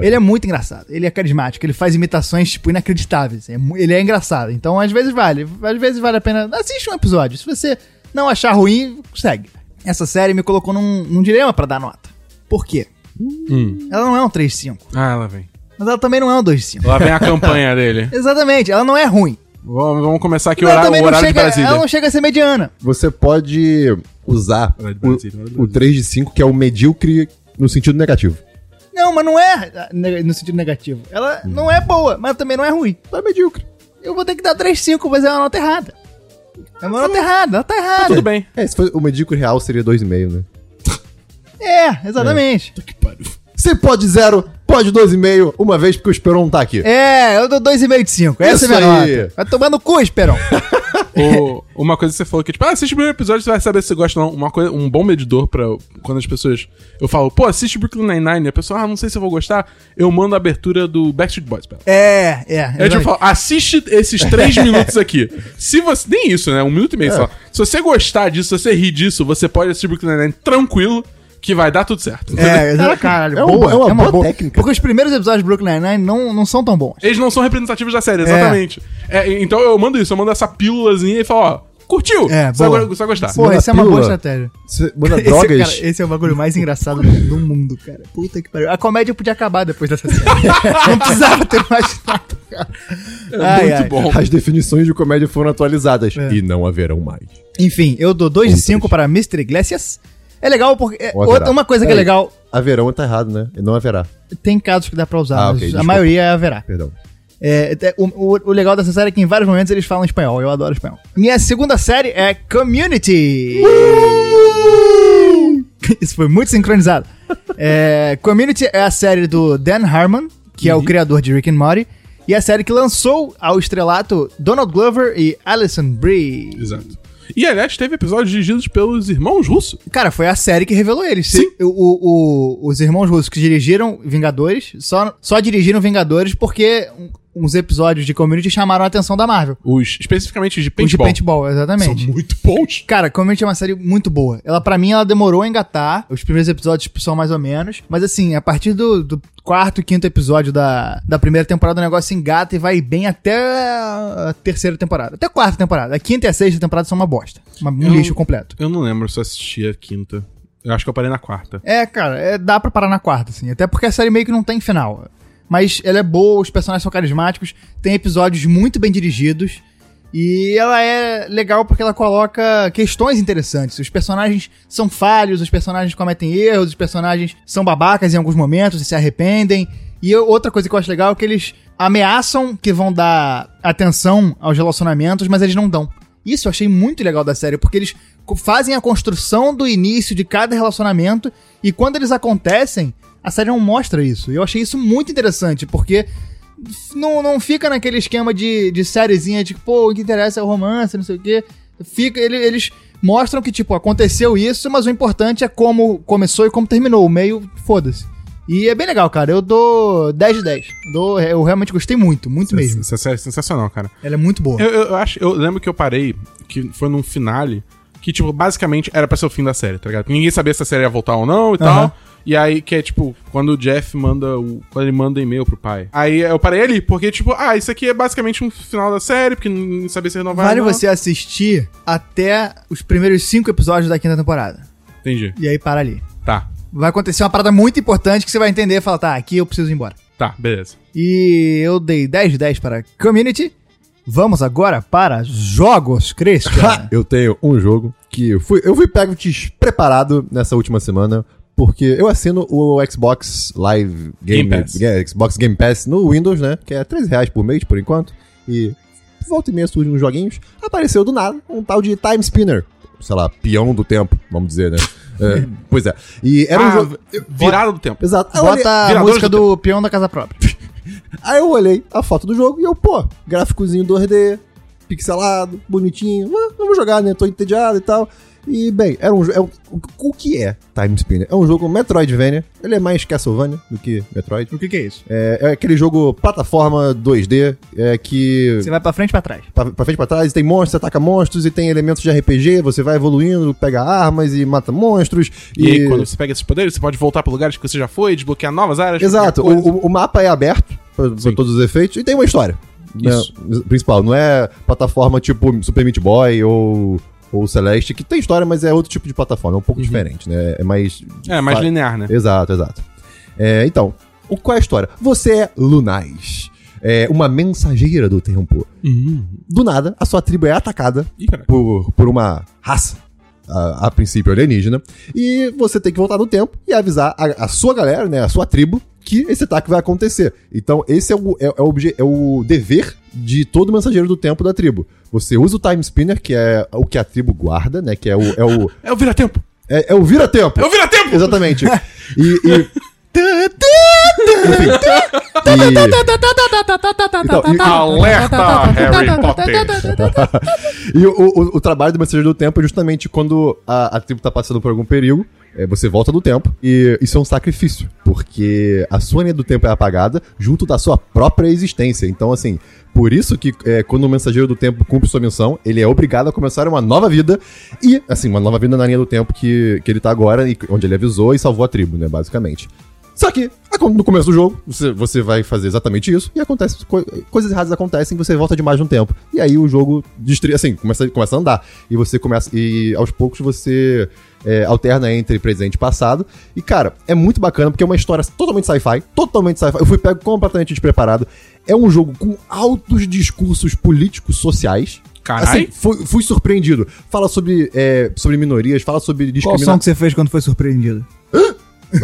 [SPEAKER 1] ele é muito engraçado. Ele é carismático. Ele faz imitações, tipo, inacreditáveis. É mu- ele é engraçado. Então, às vezes vale. Às vezes vale a pena. Assiste um episódio. Se você não achar ruim, segue. Essa série me colocou num, num dilema pra dar nota. Por quê?
[SPEAKER 3] Hum.
[SPEAKER 1] Ela não é um 3-5.
[SPEAKER 3] Ah, lá vem.
[SPEAKER 1] Mas ela também não é um 2-5.
[SPEAKER 3] Lá vem a campanha dele.
[SPEAKER 1] Exatamente. Ela não é ruim.
[SPEAKER 3] Vamos, vamos começar aqui o
[SPEAKER 1] ela
[SPEAKER 3] horário, o horário de
[SPEAKER 1] chega, é
[SPEAKER 3] Brasília.
[SPEAKER 1] ela não chega a ser mediana.
[SPEAKER 2] Você pode usar
[SPEAKER 3] Vai de Brasília, vai de
[SPEAKER 2] o, o 3 de 5, que é o medíocre no sentido negativo.
[SPEAKER 1] Não, mas não é ne- no sentido negativo. Ela não é boa, mas também não é ruim.
[SPEAKER 2] Tá medíocre.
[SPEAKER 1] Eu vou ter que dar 3,5, mas é uma nota errada. É uma nota errada, ela tá errada.
[SPEAKER 3] Tudo bem.
[SPEAKER 2] É, se for o medíocre real seria 2,5, né?
[SPEAKER 1] É, exatamente.
[SPEAKER 2] Você pode 0, pode 2,5, uma vez porque o Esperon tá aqui.
[SPEAKER 1] É, eu dou 2,5 de 5. Essa
[SPEAKER 2] Isso
[SPEAKER 1] é a minha
[SPEAKER 2] aí.
[SPEAKER 1] nota. Vai tomar no cu, Esperão.
[SPEAKER 3] O- uma coisa que você falou que, tipo, ah, assiste o primeiro episódio, você vai saber se você gosta ou não. Uma coisa, um bom medidor pra quando as pessoas. Eu falo, pô, assiste Brooklyn Nine-Nine. A pessoa, ah, não sei se eu vou gostar. Eu mando a abertura do Backstreet Boys pra ela.
[SPEAKER 1] é, é.
[SPEAKER 3] Eu tipo,
[SPEAKER 1] exatamente.
[SPEAKER 3] falo, assiste esses três minutos aqui. Se você. Nem isso, né? Um minuto e
[SPEAKER 1] É.
[SPEAKER 3] meio só. Se você gostar disso, se você rir disso, você pode assistir Brooklyn Nine-Nine tranquilo, que vai dar tudo certo.
[SPEAKER 1] É, exa- caralho,
[SPEAKER 2] É uma boa- é uma boa técnica.
[SPEAKER 1] Porque os primeiros episódios de Brooklyn Nine-Nine não, não são tão bons.
[SPEAKER 3] Eles não são representativos da série, exatamente. É, então eu mando isso, eu mando essa pílulazinha e falo, ó, curtiu?
[SPEAKER 1] É,
[SPEAKER 3] só,
[SPEAKER 1] boa.
[SPEAKER 3] go- só gostar.
[SPEAKER 1] Pô,
[SPEAKER 2] manda
[SPEAKER 1] essa é uma boa
[SPEAKER 2] pílula.
[SPEAKER 1] estratégia.
[SPEAKER 2] Você manda
[SPEAKER 1] Esse,
[SPEAKER 2] drogas.
[SPEAKER 1] cara, esse é o bagulho mais engraçado do, do mundo, cara. Puta que pariu. A comédia podia acabar depois dessa série. Não precisava ter mais nada, cara.
[SPEAKER 2] É
[SPEAKER 1] Ai,
[SPEAKER 3] Muito
[SPEAKER 1] ai.
[SPEAKER 3] bom.
[SPEAKER 2] As definições de comédia foram atualizadas
[SPEAKER 1] É.
[SPEAKER 2] e não haverão mais.
[SPEAKER 1] Enfim, eu dou 2 de 5 para Mr. Iglesias. É legal porque. é,
[SPEAKER 2] Ou
[SPEAKER 1] outra,
[SPEAKER 2] haverá.
[SPEAKER 1] uma coisa que é
[SPEAKER 2] Ei.
[SPEAKER 1] legal,
[SPEAKER 2] Haverão tá errado, né? E não haverá.
[SPEAKER 1] tem casos que dá pra usar,
[SPEAKER 2] Ah,
[SPEAKER 1] mas
[SPEAKER 2] ok,
[SPEAKER 1] a
[SPEAKER 2] desculpa.
[SPEAKER 1] maioria é haverá.
[SPEAKER 2] Perdão.
[SPEAKER 1] É, é, o, o- o legal dessa série é que em vários momentos eles falam espanhol. Eu adoro espanhol. Minha segunda série é Community.
[SPEAKER 2] Uh!
[SPEAKER 1] Isso foi muito sincronizado. É, Community é a série do Dan Harmon, que
[SPEAKER 2] Uhum.
[SPEAKER 1] é o criador de Rick and Morty. E é a série que lançou ao estrelato Donald Glover e Alison Brie.
[SPEAKER 3] Exato. E aliás, teve episódios dirigidos pelos irmãos russos.
[SPEAKER 1] Cara, foi a série que revelou eles.
[SPEAKER 3] Sim.
[SPEAKER 1] O- o- o- os irmãos russos que dirigiram Vingadores só, só dirigiram Vingadores porque um- uns episódios de community chamaram a atenção da Marvel.
[SPEAKER 3] Os especificamente de
[SPEAKER 1] Os de
[SPEAKER 3] paintball.
[SPEAKER 1] paintball,
[SPEAKER 3] São
[SPEAKER 1] exatamente.
[SPEAKER 3] muito bons.
[SPEAKER 1] Cara, Community é uma série muito boa. Ela, pra mim, ela demorou a engatar. Os primeiros episódios tipo, são mais ou menos. Mas, assim, a partir do, do quarto, quinto episódio da, da primeira temporada, o negócio engata e vai bem até a terceira temporada. Até a quarta temporada. A quinta e a sexta temporada são uma bosta. Uma, um
[SPEAKER 3] Eu-
[SPEAKER 1] lixo completo.
[SPEAKER 3] Eu não lembro se eu assisti a quinta. Eu acho que eu parei na quarta.
[SPEAKER 1] É, cara, é- dá pra parar na quarta, assim. Até porque a série meio que não tem final. Mas ela é boa, os personagens são carismáticos, tem episódios muito bem dirigidos. E ela é legal porque ela coloca questões interessantes. Os personagens são falhos, os personagens cometem erros, os personagens são babacas em alguns momentos e se arrependem. E eu- outra coisa que eu acho legal é que eles ameaçam que vão dar atenção aos relacionamentos, mas eles não dão. Isso eu achei muito legal da série, porque eles co- fazem a construção do início de cada relacionamento e quando eles acontecem, a série não mostra isso. E eu achei isso muito interessante, porque f- não, não fica naquele esquema de, de sériezinha de, pô, o que interessa é o romance, não sei o quê. Fica, ele- eles mostram que, tipo, aconteceu isso, mas o importante é como começou e como terminou. O meio, foda-se. E é bem legal, cara. Eu dou 10 de 10. Dou, eu realmente gostei muito, muito mesmo.
[SPEAKER 3] Essa série é sensacional, cara.
[SPEAKER 1] Ela é muito boa.
[SPEAKER 3] Eu, eu- eu acho, eu lembro que eu parei, que foi num finale, que, tipo, basicamente era pra ser o fim da série, tá ligado? Ninguém sabia se a série ia voltar ou não e tal. E aí, que é tipo, quando o Jeff manda o. Quando ele manda e-mail pro pai. Aí eu parei ali, porque, tipo, ah, isso aqui é basicamente um final da série, porque ninguém sabia se renovar.
[SPEAKER 1] Vale
[SPEAKER 3] ou não.
[SPEAKER 1] você assistir até os primeiros cinco episódios da quinta temporada.
[SPEAKER 3] Entendi.
[SPEAKER 1] E aí para ali.
[SPEAKER 3] Tá,
[SPEAKER 1] Vai acontecer uma parada muito importante que você vai entender e falar, tá, aqui eu preciso ir embora.
[SPEAKER 3] tá, beleza.
[SPEAKER 1] E eu dei 10 de 10 para Community. Vamos agora para Jogos,
[SPEAKER 2] Ha!
[SPEAKER 1] Christian.
[SPEAKER 2] Eu tenho um jogo que eu fui, eu fui pego despreparado nessa última semana, porque eu assino o Xbox Live
[SPEAKER 3] Game Pass.
[SPEAKER 2] é, Xbox Game Pass no Windows, né? Que é R$ 13 reais por mês, por enquanto. E volta e meia surgem uns joguinhos. Apareceu do nada um tal de Time Spinner. Sei lá, peão do tempo, vamos dizer, né? É, pois é. E era um
[SPEAKER 3] Ah,
[SPEAKER 2] jogo.
[SPEAKER 3] Virada do tempo.
[SPEAKER 2] Exato. Aí eu olhei-
[SPEAKER 1] Bota a
[SPEAKER 3] Viradores
[SPEAKER 1] música
[SPEAKER 3] do
[SPEAKER 1] do peão da casa própria.
[SPEAKER 2] Aí eu olhei a foto do jogo e eu, pô, gráficozinho 2D, pixelado, bonitinho, ah, vamos jogar, né? Tô entediado e tal. E, bem, era um jogo. É um, o que é Time Spinner? É um jogo Metroidvania. Ele é mais Castlevania do que Metroid.
[SPEAKER 1] O que, que é isso?
[SPEAKER 2] É, é aquele jogo plataforma 2D é, que
[SPEAKER 1] Você vai pra frente e pra trás.
[SPEAKER 2] pra, pra frente e pra trás, tem monstros, ataca monstros e tem elementos de RPG. Você vai evoluindo, pega armas e mata monstros.
[SPEAKER 3] E, aí, quando você pega esses poderes, você pode voltar pra lugares que você já foi, desbloquear novas áreas.
[SPEAKER 2] Exato, o,
[SPEAKER 3] qualquer coisa.
[SPEAKER 2] o- o mapa é aberto pra, pra
[SPEAKER 3] Sim.
[SPEAKER 2] todos os efeitos e tem uma história. né,
[SPEAKER 3] Isso.
[SPEAKER 2] principal, não é plataforma tipo Super Meat Boy ou, ou Celeste, que tem história, mas é outro tipo de plataforma, é um pouco diferente, né? É mais.
[SPEAKER 3] Uhum. É, mais
[SPEAKER 2] fa-
[SPEAKER 3] linear, né?
[SPEAKER 2] Exato, exato. É, então, o, qual é a história? Você é Lunais, é uma mensageira do tempo.
[SPEAKER 3] Uhum.
[SPEAKER 2] Do nada, a sua tribo é atacada
[SPEAKER 3] Ih, caraca.
[SPEAKER 2] por, por uma raça, a, a princípio alienígena, e você tem que voltar no tempo e avisar a, a sua galera, né, a sua tribo, que esse ataque vai acontecer. Então, esse é o, é, é o, obje- é o dever de todo mensageiro do tempo da tribo. Você usa o Time Spinner, que é o que a tribo guarda, né, que é o... É o,
[SPEAKER 3] É o vira-tempo!
[SPEAKER 2] é, é o vira-tempo!
[SPEAKER 3] É o vira-tempo!
[SPEAKER 2] Exatamente. E... e... Enfim. E- Então, e-
[SPEAKER 3] Alerta, Harry Potter!
[SPEAKER 2] E o, o- o trabalho do Mensageiro do Tempo é justamente quando a, a tribo tá passando por algum perigo, é, você volta do tempo, e isso é um sacrifício, porque a sua linha do tempo é apagada junto da sua própria existência. Então, assim, por isso que é, quando o Mensageiro do Tempo cumpre sua missão, ele é obrigado a começar uma nova vida, e, assim, uma nova vida na linha do tempo que, que ele tá agora, e onde ele avisou e salvou a tribo, né, basicamente. Só que, acon- no começo do jogo, você, você vai fazer exatamente isso, e acontece, co- coisas erradas acontecem, você volta demais no tempo. E aí o jogo, destri- assim, começa, começa a andar. E você começa, e aos poucos você é, alterna entre presente e passado. E, cara, é muito bacana, porque é uma história totalmente sci-fi, totalmente sci-fi. Eu fui pego completamente despreparado. É um jogo com altos discursos políticos sociais.
[SPEAKER 3] Caralho!
[SPEAKER 2] Assim, fui, fui surpreendido. Fala sobre, é, sobre minorias, fala sobre
[SPEAKER 1] Qual som
[SPEAKER 2] discriminação.
[SPEAKER 1] que você fez quando foi surpreendido?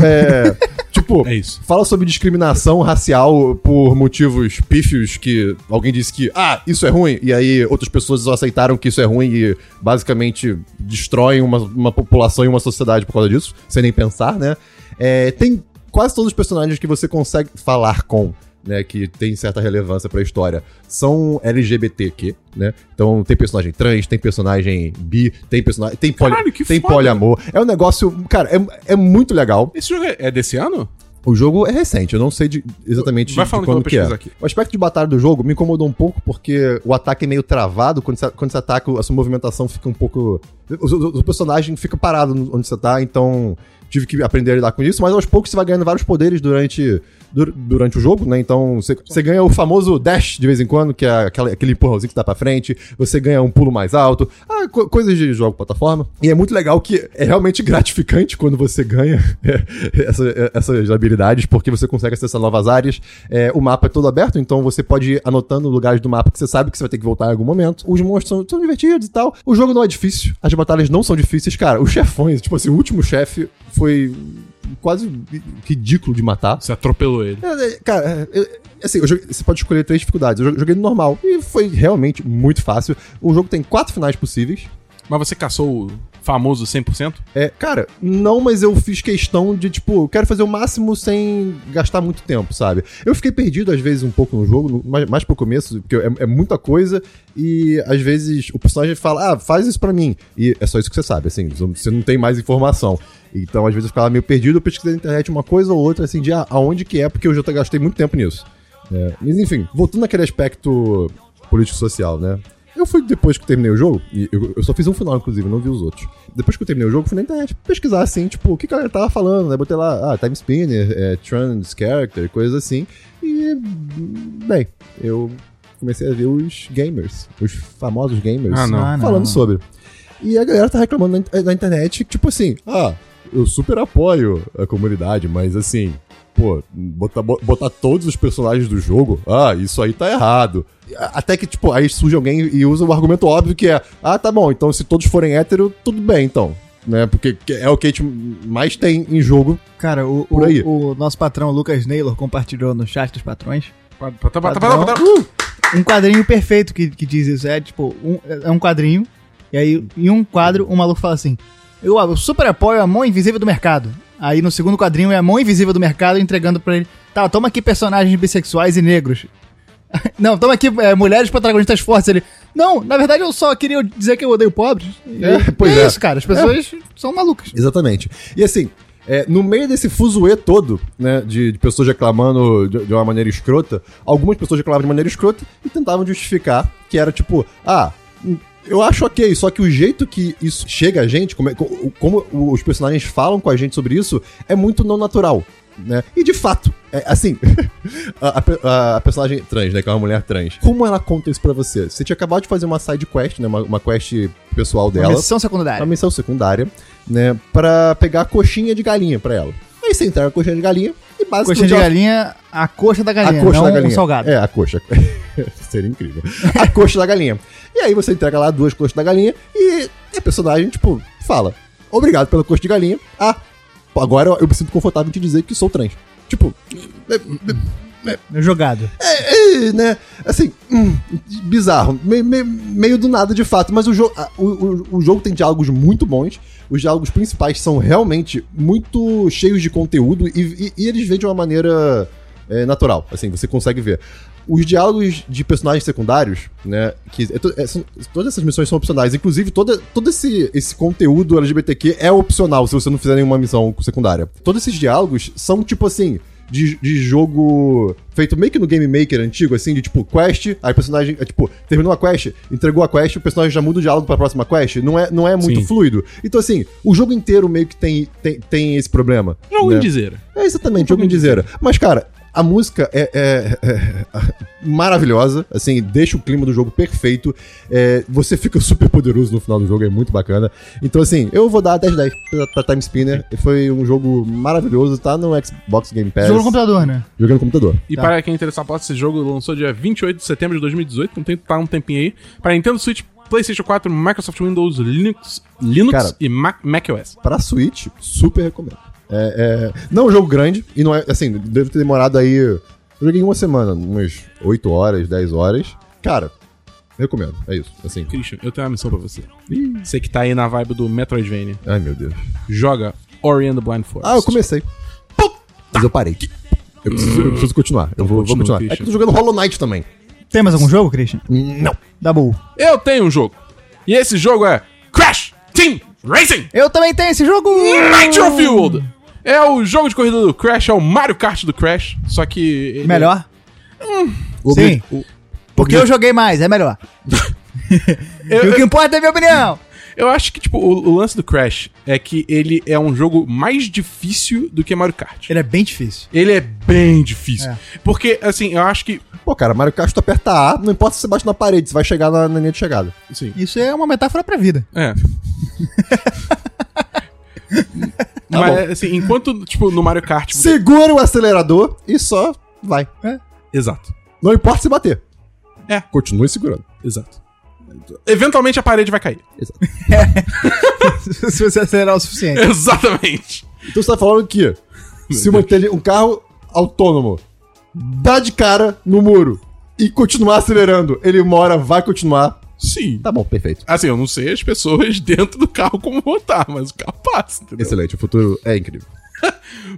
[SPEAKER 2] É, Tipo,
[SPEAKER 3] É isso.
[SPEAKER 2] fala sobre discriminação racial por motivos pífios que alguém disse que, ah, isso é ruim, e aí outras pessoas só aceitaram que isso é ruim e basicamente destroem uma, uma população e uma sociedade por causa disso, sem nem pensar, né? É, tem quase todos os personagens que você consegue falar com. Né, que tem certa relevância pra história, são LGBTQ, né? Então tem personagem trans, tem personagem bi, tem personagem. Tem, poli,
[SPEAKER 3] Caralho, que
[SPEAKER 2] tem
[SPEAKER 3] foda.
[SPEAKER 2] poliamor. É um negócio. Cara, é, é muito legal.
[SPEAKER 3] Esse jogo é é desse ano?
[SPEAKER 2] O jogo é recente, eu não sei de- exatamente
[SPEAKER 3] Vai
[SPEAKER 2] de
[SPEAKER 3] falando que eu
[SPEAKER 2] quando
[SPEAKER 3] vou
[SPEAKER 2] que é.
[SPEAKER 3] pesquisar aqui.
[SPEAKER 2] O aspecto de batalha do jogo me incomodou um pouco, porque o ataque é meio travado, quando você, quando você ataca, a sua movimentação fica um pouco... O, o- o personagem fica parado no- onde você tá, então tive que aprender a lidar com isso, mas aos poucos você vai ganhando vários poderes durante, dur- durante o jogo, né? Então você, você ganha o famoso dash de vez em quando, que é aquela- aquele empurrãozinho que dá pra frente, você ganha um pulo mais alto, ah, co- coisas de jogo plataforma. E é muito legal que é realmente gratificante quando você ganha essa- essas habilidades, porque você consegue acessar novas áreas. É, o mapa é todo aberto, então você pode ir anotando lugares do mapa que você sabe que você vai ter que voltar em algum momento. Os monstros são, são divertidos e tal. O jogo não é difícil, as batalhas não são difíceis, cara. Os chefões, tipo assim, o último chefe foi quase ridículo de matar.
[SPEAKER 3] Você atropelou ele.
[SPEAKER 2] É, é, Cara, é, é, assim, eu joguei- você pode escolher três dificuldades. Eu jo- joguei no normal e foi realmente muito fácil. O jogo tem quatro finais possíveis.
[SPEAKER 3] Mas você caçou o famoso 100%?
[SPEAKER 2] É, cara, não, mas eu fiz questão de, tipo, eu quero fazer o máximo sem gastar muito tempo, sabe? Eu fiquei perdido, às vezes, um pouco no jogo, no- mais, mais pro começo, porque é, é muita coisa, e às vezes o personagem fala, ah, faz isso pra mim. E é só isso que você sabe, assim, você não tem mais informação. Então, às vezes, eu ficava meio perdido, eu pesquisei na internet uma coisa ou outra, assim, de ah, aonde que é, porque eu já gastei muito tempo nisso. É, mas enfim, voltando naquele aspecto político-social, né? Eu fui depois que terminei o jogo, e eu, eu só fiz um final, inclusive, não vi os outros. Depois que eu terminei o jogo, fui na internet pesquisar, assim, tipo, o que que a galera tava falando, né? Botei lá, ah, Time Spinner, é, Trans Character, coisas assim. E, bem, eu comecei a ver os gamers, os famosos gamers,
[SPEAKER 3] Ah, não.
[SPEAKER 1] Ah, não.
[SPEAKER 2] falando sobre. E a galera tá reclamando na, in- na internet, tipo assim, ah, eu super apoio a comunidade, mas assim, pô, botar, bo- botar todos os personagens do jogo, ah, isso aí tá errado. E a- Até que, tipo, aí surge alguém e usa o argumento óbvio que é, ah, tá bom, então se todos forem hétero, tudo bem, então. Né? Porque que- é o que a gente mais tem em jogo.
[SPEAKER 1] Cara, o,
[SPEAKER 2] Por
[SPEAKER 1] o-
[SPEAKER 2] aí.
[SPEAKER 1] o nosso patrão Lucas Naylor compartilhou no chat dos patrões Padrão.
[SPEAKER 3] Uh!
[SPEAKER 1] um quadrinho perfeito que, que diz isso. É tipo, um, é um quadrinho, e aí em um quadro o maluco fala assim: Eu, eu super apoio a mão invisível do mercado. Aí no segundo quadrinho é a mão invisível do mercado entregando pra ele: Tá, toma aqui personagens bissexuais e negros. Não, toma aqui é, mulheres protagonistas fortes. Ele, não, na verdade eu só queria dizer que eu odeio pobres. E-
[SPEAKER 2] É, pois
[SPEAKER 1] e
[SPEAKER 2] é.
[SPEAKER 1] isso, cara, as pessoas são malucas.
[SPEAKER 2] Exatamente. E assim, é, no meio desse fuzuê todo, né, de, de pessoas reclamando de, de uma maneira escrota, algumas pessoas reclamavam de maneira escrota e tentavam justificar que era tipo, ah, eu acho ok, só que o jeito que isso chega a gente, como, é- co- como os personagens falam com a gente sobre isso, é muito não natural. Né? E de fato, é assim, a, a pe- a- a personagem trans, né? Que é uma mulher trans. Como ela conta isso pra você? Você tinha acabado de fazer uma side quest, né? Uma, uma quest pessoal
[SPEAKER 1] Uma
[SPEAKER 2] dela
[SPEAKER 1] missão secundária.
[SPEAKER 2] uma missão secundária, né, pra pegar a coxinha de galinha pra ela. Aí você entrega a coxinha de galinha e basicamente
[SPEAKER 1] Coxinha de
[SPEAKER 2] ela-
[SPEAKER 1] galinha, a coxa da galinha,
[SPEAKER 2] a coxa
[SPEAKER 1] não
[SPEAKER 2] da galinha.
[SPEAKER 1] um salgado.
[SPEAKER 2] É, a coxa. Seria incrível. A coxa da galinha. E aí você entrega lá duas coxas da galinha e a personagem, tipo, fala: Obrigado pela coxa de galinha. Ah, agora eu, eu me sinto confortável em te dizer que sou trans. Tipo,
[SPEAKER 1] Jogado.
[SPEAKER 2] é, né? Assim, hum, bizarro. Me- me- meio do nada, de fato. Mas o, jo a- o, o- o jogo tem diálogos muito bons. Os diálogos principais são realmente muito cheios de conteúdo e, e- e eles vêm de uma maneira é, natural. Assim, você consegue ver. Os diálogos de personagens secundários, né? Que é to- é, são- todas essas missões são opcionais. Inclusive, toda, todo esse, esse conteúdo LGBTQ é opcional se você não fizer nenhuma missão secundária. Todos esses diálogos são tipo assim de, de jogo feito meio que no Game Maker antigo, assim, de tipo quest, aí o personagem, é, tipo, terminou a quest, entregou a quest, o personagem já muda o diálogo pra próxima quest, não é, não é muito
[SPEAKER 3] Sim.
[SPEAKER 2] fluido. Então, assim, o jogo inteiro meio que tem, tem, tem esse problema.
[SPEAKER 3] Jogo
[SPEAKER 2] né?
[SPEAKER 3] em dizer.
[SPEAKER 2] É exatamente, jogo de zera. Mas, cara, a música é, é- é- maravilhosa, assim, deixa o clima do jogo perfeito. é, você fica super poderoso no final do jogo, é muito bacana. Então, assim, eu vou dar 10 10 pra, pra Time Spinner. Foi um jogo maravilhoso, tá no Xbox Game Pass.
[SPEAKER 1] Jogo no computador, né?
[SPEAKER 2] Joguei no computador.
[SPEAKER 3] E para quem interessar, pode esse jogo lançou dia 28 de setembro de 2018, então tem tá um tempinho aí. Para Nintendo Switch, PlayStation 4, Microsoft Windows, Linux, Linux
[SPEAKER 2] Cara.
[SPEAKER 3] e Mac, macOS.
[SPEAKER 2] Pra Switch, super recomendo. É, é, Não é um jogo grande, e não é. Assim, deve ter demorado aí. Eu joguei uma semana, umas 8 horas, 10 horas. Cara, recomendo. É isso. Assim.
[SPEAKER 3] Christian, eu tenho uma missão pra você. Você que tá aí na vibe do Metroidvania,
[SPEAKER 2] Ai, meu Deus.
[SPEAKER 3] joga Ori and the Blind Forest.
[SPEAKER 2] Ah, eu comecei. Mas eu parei. Eu preciso, eu preciso continuar. Eu vou, vou
[SPEAKER 3] Continua,
[SPEAKER 2] continuar. É que
[SPEAKER 3] Christian.
[SPEAKER 2] eu tô jogando Hollow Knight também.
[SPEAKER 1] Tem mais algum jogo, Christian?
[SPEAKER 2] Não.
[SPEAKER 1] Dabu.
[SPEAKER 3] Eu tenho um jogo. E esse jogo é Crash Team Racing
[SPEAKER 1] Eu também tenho esse jogo!
[SPEAKER 3] Nitro Fueled. É o jogo de corrida do Crash, é o Mario Kart do Crash, só que... ele-
[SPEAKER 1] Melhor?
[SPEAKER 2] O
[SPEAKER 1] Sim.
[SPEAKER 2] obje- o-
[SPEAKER 1] Porque eu joguei mais, é melhor.
[SPEAKER 3] Eu,
[SPEAKER 1] E o que
[SPEAKER 3] eu,
[SPEAKER 1] importa é a minha opinião.
[SPEAKER 3] eu acho que, tipo, o, o lance do Crash é que ele é um jogo mais difícil do que Mario Kart.
[SPEAKER 1] Ele é bem difícil.
[SPEAKER 3] Ele é bem difícil.
[SPEAKER 1] É.
[SPEAKER 3] Porque, assim, eu acho que...
[SPEAKER 2] Pô, cara, Mario Kart, tu aperta A, não importa se você bate na parede, você vai chegar na, na linha de chegada.
[SPEAKER 3] Assim,
[SPEAKER 1] Isso é uma metáfora pra vida.
[SPEAKER 3] É. Mas, assim, enquanto, tipo, no Mario Kart. você-
[SPEAKER 2] Segura o acelerador e só vai.
[SPEAKER 1] É.
[SPEAKER 3] Exato.
[SPEAKER 2] Não importa se bater.
[SPEAKER 3] É.
[SPEAKER 2] Continue segurando.
[SPEAKER 3] Exato. Eventualmente a parede vai cair.
[SPEAKER 1] Se você acelerar o suficiente.
[SPEAKER 3] Exatamente.
[SPEAKER 2] Então você tá falando que se uma intele- um carro autônomo dá de cara no muro e continuar acelerando, ele mora, vai continuar.
[SPEAKER 3] Sim.
[SPEAKER 2] Tá bom, perfeito.
[SPEAKER 3] Assim, eu não sei as pessoas dentro do carro como votar, mas o carro passa, entendeu?
[SPEAKER 2] Excelente, o futuro é incrível.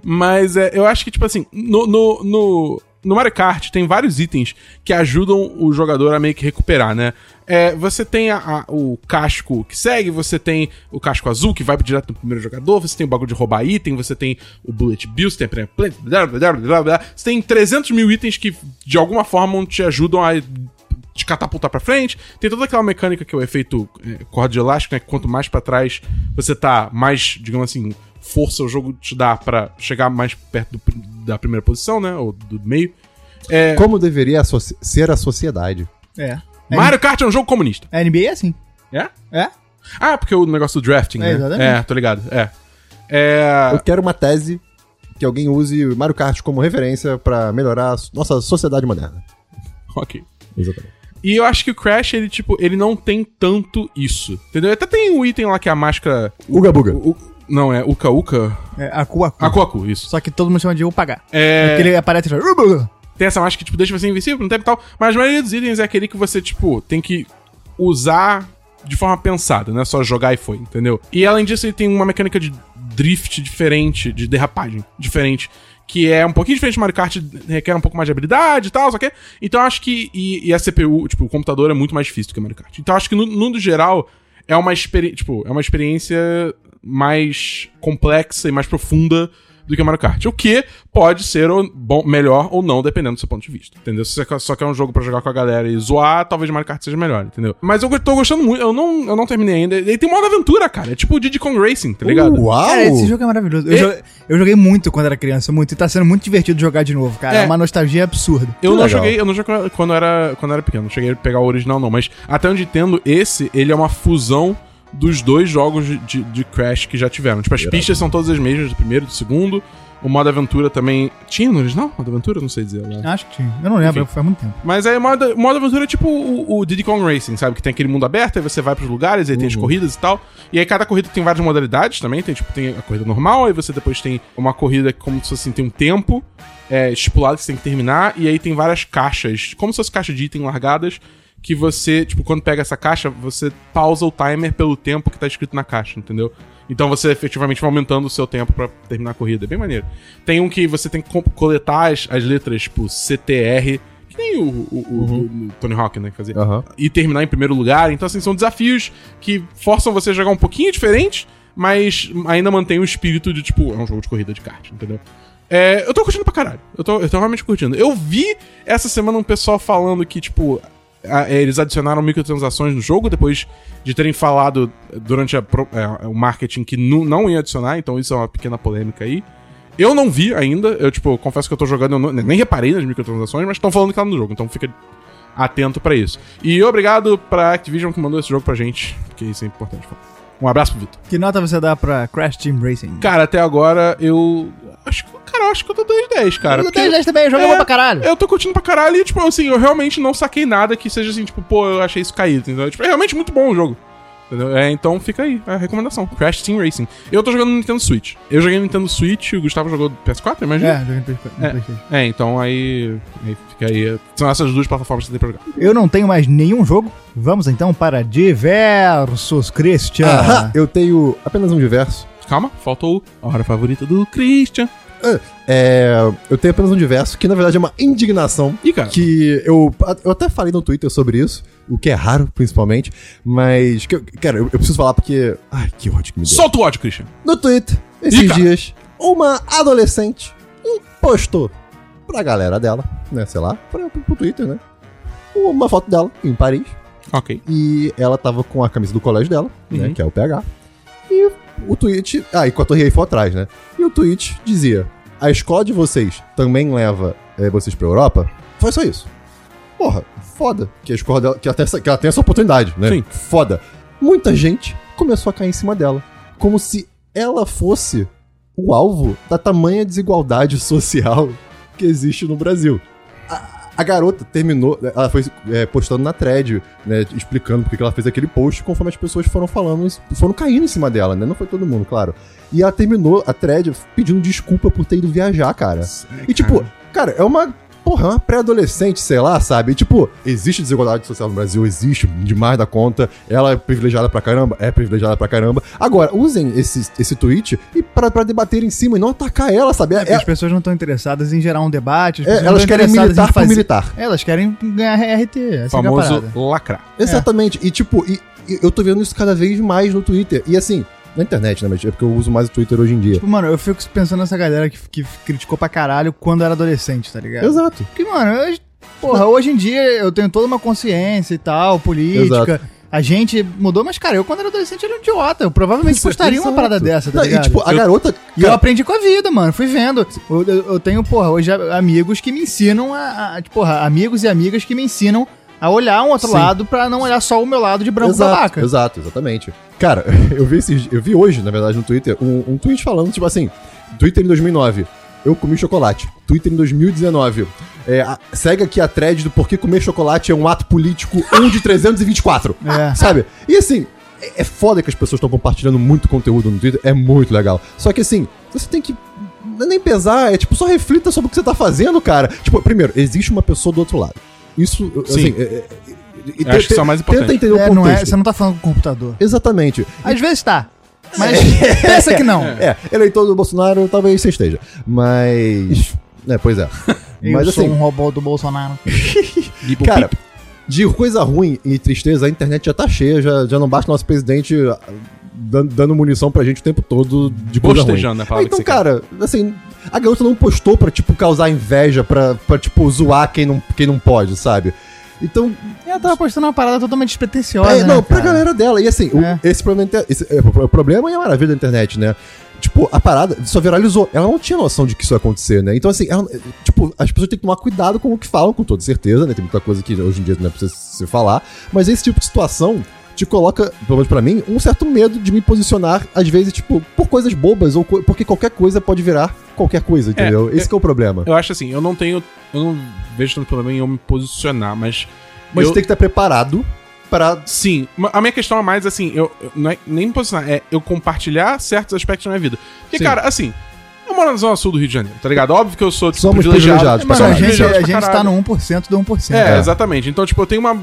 [SPEAKER 3] Mas é, eu acho que, tipo assim, no, no, no, no Mario Kart tem vários itens que ajudam o jogador a meio que recuperar, né? É, você tem a- a- o casco que segue, você tem o casco azul que vai direto no primeiro jogador, você tem o bagulho de roubar item, você tem o bullet bill, você tem a pre- blá, blá, blá, blá, blá. Você tem 300 mil itens que de alguma forma te ajudam a te catapultar pra frente. Tem toda aquela mecânica que é o efeito é, corda de elástico, né? Que quanto mais pra trás você tá, mais, digamos assim, força o jogo te dá pra chegar mais perto do prim- da primeira posição, né? Ou do meio. É,
[SPEAKER 2] Como deveria associ- ser a sociedade?
[SPEAKER 1] É.
[SPEAKER 3] Mario Kart é um jogo comunista.
[SPEAKER 1] A NBA é assim.
[SPEAKER 3] É?
[SPEAKER 1] É?
[SPEAKER 3] Ah, porque o negócio do drafting, né?
[SPEAKER 1] exatamente.
[SPEAKER 3] É, tô ligado. É. É.
[SPEAKER 2] Eu quero uma tese que alguém use o Mario Kart como referência pra melhorar a nossa sociedade moderna.
[SPEAKER 3] Ok.
[SPEAKER 2] Exatamente.
[SPEAKER 3] E eu acho que o Crash, ele, tipo, ele não tem tanto isso. Entendeu? Até tem um item lá que é a máscara.
[SPEAKER 2] Uga Buga.
[SPEAKER 3] o- o- não, é Uka Uka.
[SPEAKER 1] É a cu, a cu.
[SPEAKER 3] Aku, isso.
[SPEAKER 1] Só que todo mundo chama de pagar.
[SPEAKER 3] É.
[SPEAKER 1] Porque ele aparece e fala.
[SPEAKER 3] tem essa máscara que, tipo, deixa você invencível, não tem e tal. Mas a maioria dos itens é aquele que você, tipo, tem que usar de forma pensada, não é só jogar e foi, entendeu? E além disso, ele tem uma mecânica de drift diferente, de derrapagem diferente, que é um pouquinho diferente do Mario Kart, requer um pouco mais de habilidade e tal, só que... Então eu acho que... E, e a CPU, tipo, o computador é muito mais difícil do que o Mario Kart. Então eu acho que, no, no geral, é uma, experi tipo, é uma experiência mais complexa e mais profunda do que o Mario Kart. O que pode ser ou- bom, melhor ou não, dependendo do seu ponto de vista. Entendeu? Se você quer- só quer um jogo pra jogar com a galera e zoar, talvez Mario Kart seja melhor, entendeu? Mas eu go- tô gostando muito, eu não, eu não terminei ainda. Ele tem modo aventura, cara. É tipo o Diddy Kong Racing, tá ligado?
[SPEAKER 2] Uau!
[SPEAKER 1] Cara, esse jogo é maravilhoso. Eu,
[SPEAKER 3] E-
[SPEAKER 1] jo- eu joguei muito quando era criança, muito. E tá sendo muito divertido jogar de novo, cara.
[SPEAKER 3] É.
[SPEAKER 1] É, uma nostalgia absurda.
[SPEAKER 3] Eu
[SPEAKER 2] Que
[SPEAKER 3] não
[SPEAKER 2] legal.
[SPEAKER 3] joguei, eu não joguei quando eu era, quando eu era pequeno, não cheguei a pegar o original não, mas até onde entendo, esse, ele é uma fusão dos dois jogos de, de- de Crash que já tiveram. Tipo, as pistas são todas as mesmas, do primeiro e do segundo. O modo aventura também... Tinha no original? Modo aventura? Não sei dizer. Agora.
[SPEAKER 1] Acho que tinha. Eu não lembro, faz muito tempo.
[SPEAKER 3] Mas aí o modo, o modo aventura é tipo o, o Diddy Kong Racing, sabe? Que tem aquele mundo aberto, aí você vai pros lugares, aí tem as corridas e tal. E aí cada corrida tem várias modalidades também. Tem, tipo, tem a corrida normal, aí você depois tem uma corrida que como se fosse assim, tem um tempo é, estipulado que você tem que terminar. E aí tem várias caixas, como se fosse caixa de item largadas, que você, tipo, quando pega essa caixa, você pausa o timer pelo tempo que tá escrito na caixa, entendeu? Então você efetivamente vai aumentando o seu tempo pra terminar a corrida. É bem maneiro. Tem um que você tem que co- coletar as, as letras, tipo, CTR, que nem o, o- o- o Tony Hawk, né? que Fazia
[SPEAKER 2] Aham.
[SPEAKER 3] e terminar em primeiro lugar. Então, assim, são desafios que forçam você a jogar um pouquinho diferente, mas ainda mantém o espírito de, tipo, é um jogo de corrida de kart, entendeu? É, eu tô curtindo pra caralho. Eu tô, eu tô realmente curtindo. Eu vi essa semana um pessoal falando que, tipo, a- é, eles adicionaram microtransações no jogo depois de terem falado durante a pro- é, o marketing que nu- não ia adicionar, então isso é uma pequena polêmica aí. Eu não vi ainda, eu, tipo, confesso que eu tô jogando, eu não- nem reparei nas microtransações, mas estão falando que tá no jogo, então fica atento pra isso. E obrigado pra Activision que mandou esse jogo pra gente, porque isso é importante falar. Um abraço pro Vitor.
[SPEAKER 1] Que nota você dá pra Crash Team Racing?
[SPEAKER 3] Cara, até agora eu. Acho que. Cara, eu acho que eu tô 10 10, cara.
[SPEAKER 1] eu
[SPEAKER 3] porque
[SPEAKER 1] tenho 10 também, joga
[SPEAKER 3] É.
[SPEAKER 1] bom pra caralho.
[SPEAKER 3] Eu tô curtindo pra caralho e, tipo, assim, eu realmente não saquei nada que seja assim, tipo, pô, eu achei isso caído. Entendeu? Tipo, é realmente muito bom o jogo. Entendeu? É, então fica aí a recomendação. Crash Team Racing. Eu tô jogando no Nintendo Switch. Eu joguei no Nintendo Switch, o Gustavo jogou do PS4,
[SPEAKER 1] É,
[SPEAKER 3] imagina?
[SPEAKER 1] joguei no Play- no PlayStation.
[SPEAKER 3] É, então aí, aí fica aí. São essas duas plataformas que você tem pra jogar.
[SPEAKER 1] Eu não tenho mais nenhum jogo. Vamos então para diversos, Christian.
[SPEAKER 2] Ah, eu tenho apenas um diverso.
[SPEAKER 3] Calma, faltou a hora favorita do Christian.
[SPEAKER 2] É, eu tenho apenas um diverso, que na verdade é uma indignação
[SPEAKER 3] Ih, cara.
[SPEAKER 2] que eu, eu até falei no Twitter sobre isso, o que é raro, principalmente, mas, que eu- cara, eu, eu preciso falar porque... Ai, que ódio que me deu.
[SPEAKER 3] Solta o ódio, Christian.
[SPEAKER 2] No Twitter, esses
[SPEAKER 3] Ih, cara.
[SPEAKER 2] dias, uma adolescente postou pra galera dela, né, sei lá, pra, pro, pro Twitter, né, uma foto dela em Paris,
[SPEAKER 3] Ok.
[SPEAKER 2] e ela tava com a camisa do colégio dela, né,
[SPEAKER 3] Uhum.
[SPEAKER 2] que é o PH, e o tweet... Ah, e com a Torre Eiffel atrás, né, e o tweet dizia, a escola de vocês também leva eh, vocês pra Europa? Foi só isso. Porra, foda que a escola dela, que ela, tem essa, que ela tem essa oportunidade, né?
[SPEAKER 3] Sim.
[SPEAKER 2] Foda. Muita gente começou a cair em cima dela. Como se ela fosse o alvo da tamanha desigualdade social que existe no Brasil. A, a garota terminou, ela foi é, postando na thread, né, explicando porque que ela fez aquele post, conforme as pessoas foram falando, foram caindo em cima dela, né? Não foi todo mundo, claro. E ela terminou a thread pedindo desculpa por ter ido viajar, cara. E tipo, cara, é uma. Porra, é uma pré-adolescente, sei lá, sabe? E, tipo, existe desigualdade social no Brasil, existe demais da conta. Ela é privilegiada pra caramba, é privilegiada pra caramba. Agora, usem esse, esse tweet e pra, pra debater em cima e não atacar ela, sabe?
[SPEAKER 1] É porque
[SPEAKER 2] É-
[SPEAKER 1] as pessoas não estão interessadas em gerar um debate. as
[SPEAKER 2] é-
[SPEAKER 1] pessoas não
[SPEAKER 2] elas
[SPEAKER 1] estão
[SPEAKER 2] querem
[SPEAKER 1] interessadas em
[SPEAKER 2] militar por
[SPEAKER 1] fazer-
[SPEAKER 2] militar.
[SPEAKER 1] Elas querem ganhar RT. Essa que é a
[SPEAKER 3] famoso
[SPEAKER 1] parada.
[SPEAKER 3] lacrar.
[SPEAKER 2] Exatamente. E, tipo, e- e eu tô vendo isso cada vez mais no Twitter. E assim, na internet, né? Mas é porque eu uso mais o Twitter hoje em dia.
[SPEAKER 1] Tipo, mano, eu fico pensando nessa galera que, que criticou pra caralho quando era adolescente, tá ligado?
[SPEAKER 2] Exato.
[SPEAKER 1] Porque, mano, hoje, porra, hoje em dia eu tenho toda uma consciência e tal, política. A gente mudou, mas, cara, eu quando era adolescente era um idiota. Eu provavelmente postaria uma
[SPEAKER 2] Exato.
[SPEAKER 1] parada dessa, tá
[SPEAKER 2] Não,
[SPEAKER 1] ligado?
[SPEAKER 2] E, tipo, a
[SPEAKER 3] Eu-
[SPEAKER 2] garota.
[SPEAKER 1] E eu aprendi com a vida, mano. Fui vendo. Eu, eu- eu tenho, porra, hoje a- amigos que me ensinam a, a. Porra, amigos e amigas que me ensinam a olhar um outro
[SPEAKER 2] Sim.
[SPEAKER 1] lado pra não olhar só o meu lado de branco
[SPEAKER 2] exato,
[SPEAKER 1] babaca.
[SPEAKER 2] Exato, exatamente. Cara, eu vi, esses, eu vi hoje, na verdade, no Twitter, um, um tweet falando, tipo assim, Twitter em 2009, eu comi chocolate. Twitter em 2019, é, a- segue aqui a thread do porquê comer chocolate é um ato político 1 de 324.
[SPEAKER 1] É.
[SPEAKER 2] Sabe? E assim, é, é foda que as pessoas estão compartilhando muito conteúdo no Twitter, é muito legal. Só que assim, você tem que não é nem pesar, é tipo, só reflita sobre o que você tá fazendo, cara. Tipo, primeiro, existe uma pessoa do outro lado. Isso,
[SPEAKER 3] Sim.
[SPEAKER 2] assim, é- é- é-
[SPEAKER 3] Eu acho que isso é o mais importante.
[SPEAKER 2] Tenta entender
[SPEAKER 1] É,
[SPEAKER 2] o
[SPEAKER 1] não é,
[SPEAKER 2] contexto.
[SPEAKER 1] você não tá falando com o computador.
[SPEAKER 2] Exatamente.
[SPEAKER 1] Às vezes tá. Mas pensa que não.
[SPEAKER 2] É, eleitor do Bolsonaro, talvez você esteja. Mas. É, pois é.
[SPEAKER 1] Eu
[SPEAKER 2] Mas
[SPEAKER 1] sou um
[SPEAKER 2] assim,
[SPEAKER 1] robô do Bolsonaro.
[SPEAKER 3] Bibo
[SPEAKER 2] cara,
[SPEAKER 3] pip.
[SPEAKER 2] de coisa ruim e tristeza, a internet já tá cheia, já, já não basta o nosso presidente ah, dan- dando munição pra gente o tempo todo de coisa ruim.
[SPEAKER 3] bostejando, é a palavra
[SPEAKER 2] Então,
[SPEAKER 3] que você quer.
[SPEAKER 2] cara, assim, a garota não postou pra, tipo, causar inveja, pra, pra tipo, zoar quem não, quem não pode, sabe? Então,
[SPEAKER 1] Ela tava postando uma parada totalmente despretensiosa.
[SPEAKER 2] É, não,
[SPEAKER 1] né,
[SPEAKER 2] pra
[SPEAKER 1] cara?
[SPEAKER 2] galera dela. E assim, o-
[SPEAKER 1] É.
[SPEAKER 2] esse problema, inte- esse, é, o problema e a maravilha da internet, né? Tipo, a parada só viralizou. Ela não tinha noção de que isso ia acontecer, né? Então, assim, ela- tipo, as pessoas têm que tomar cuidado com o que falam, com toda certeza, né? Tem muita coisa que hoje em dia não é pra você se falar. Mas esse tipo de situação te coloca, pelo menos pra mim, um certo medo de me posicionar, às vezes, tipo, por coisas bobas, ou co- porque qualquer coisa pode virar qualquer coisa, entendeu? esse que é o problema.
[SPEAKER 3] Eu acho assim, eu não tenho. Eu não vejo tanto problema em eu me posicionar, mas.
[SPEAKER 2] Mas
[SPEAKER 3] eu-
[SPEAKER 2] você tem que estar preparado pra.
[SPEAKER 3] Sim, ma- a minha questão é mais assim, eu, eu- não é nem me posicionar, é eu compartilhar certos aspectos da minha vida. Porque,
[SPEAKER 2] Sim.
[SPEAKER 3] cara, assim, eu moro na zona sul do Rio de Janeiro, tá ligado? Óbvio que eu sou, tipo,
[SPEAKER 2] Somos
[SPEAKER 1] Mano,
[SPEAKER 2] privilegiados,
[SPEAKER 3] mas
[SPEAKER 2] pra
[SPEAKER 1] a
[SPEAKER 3] somos
[SPEAKER 2] caralho.
[SPEAKER 1] gente, a
[SPEAKER 3] privilegiados pra
[SPEAKER 1] gente tá
[SPEAKER 3] caralho.
[SPEAKER 1] no 1% do 1%.
[SPEAKER 3] É,
[SPEAKER 1] cara.
[SPEAKER 3] exatamente. Então, tipo, eu tenho uma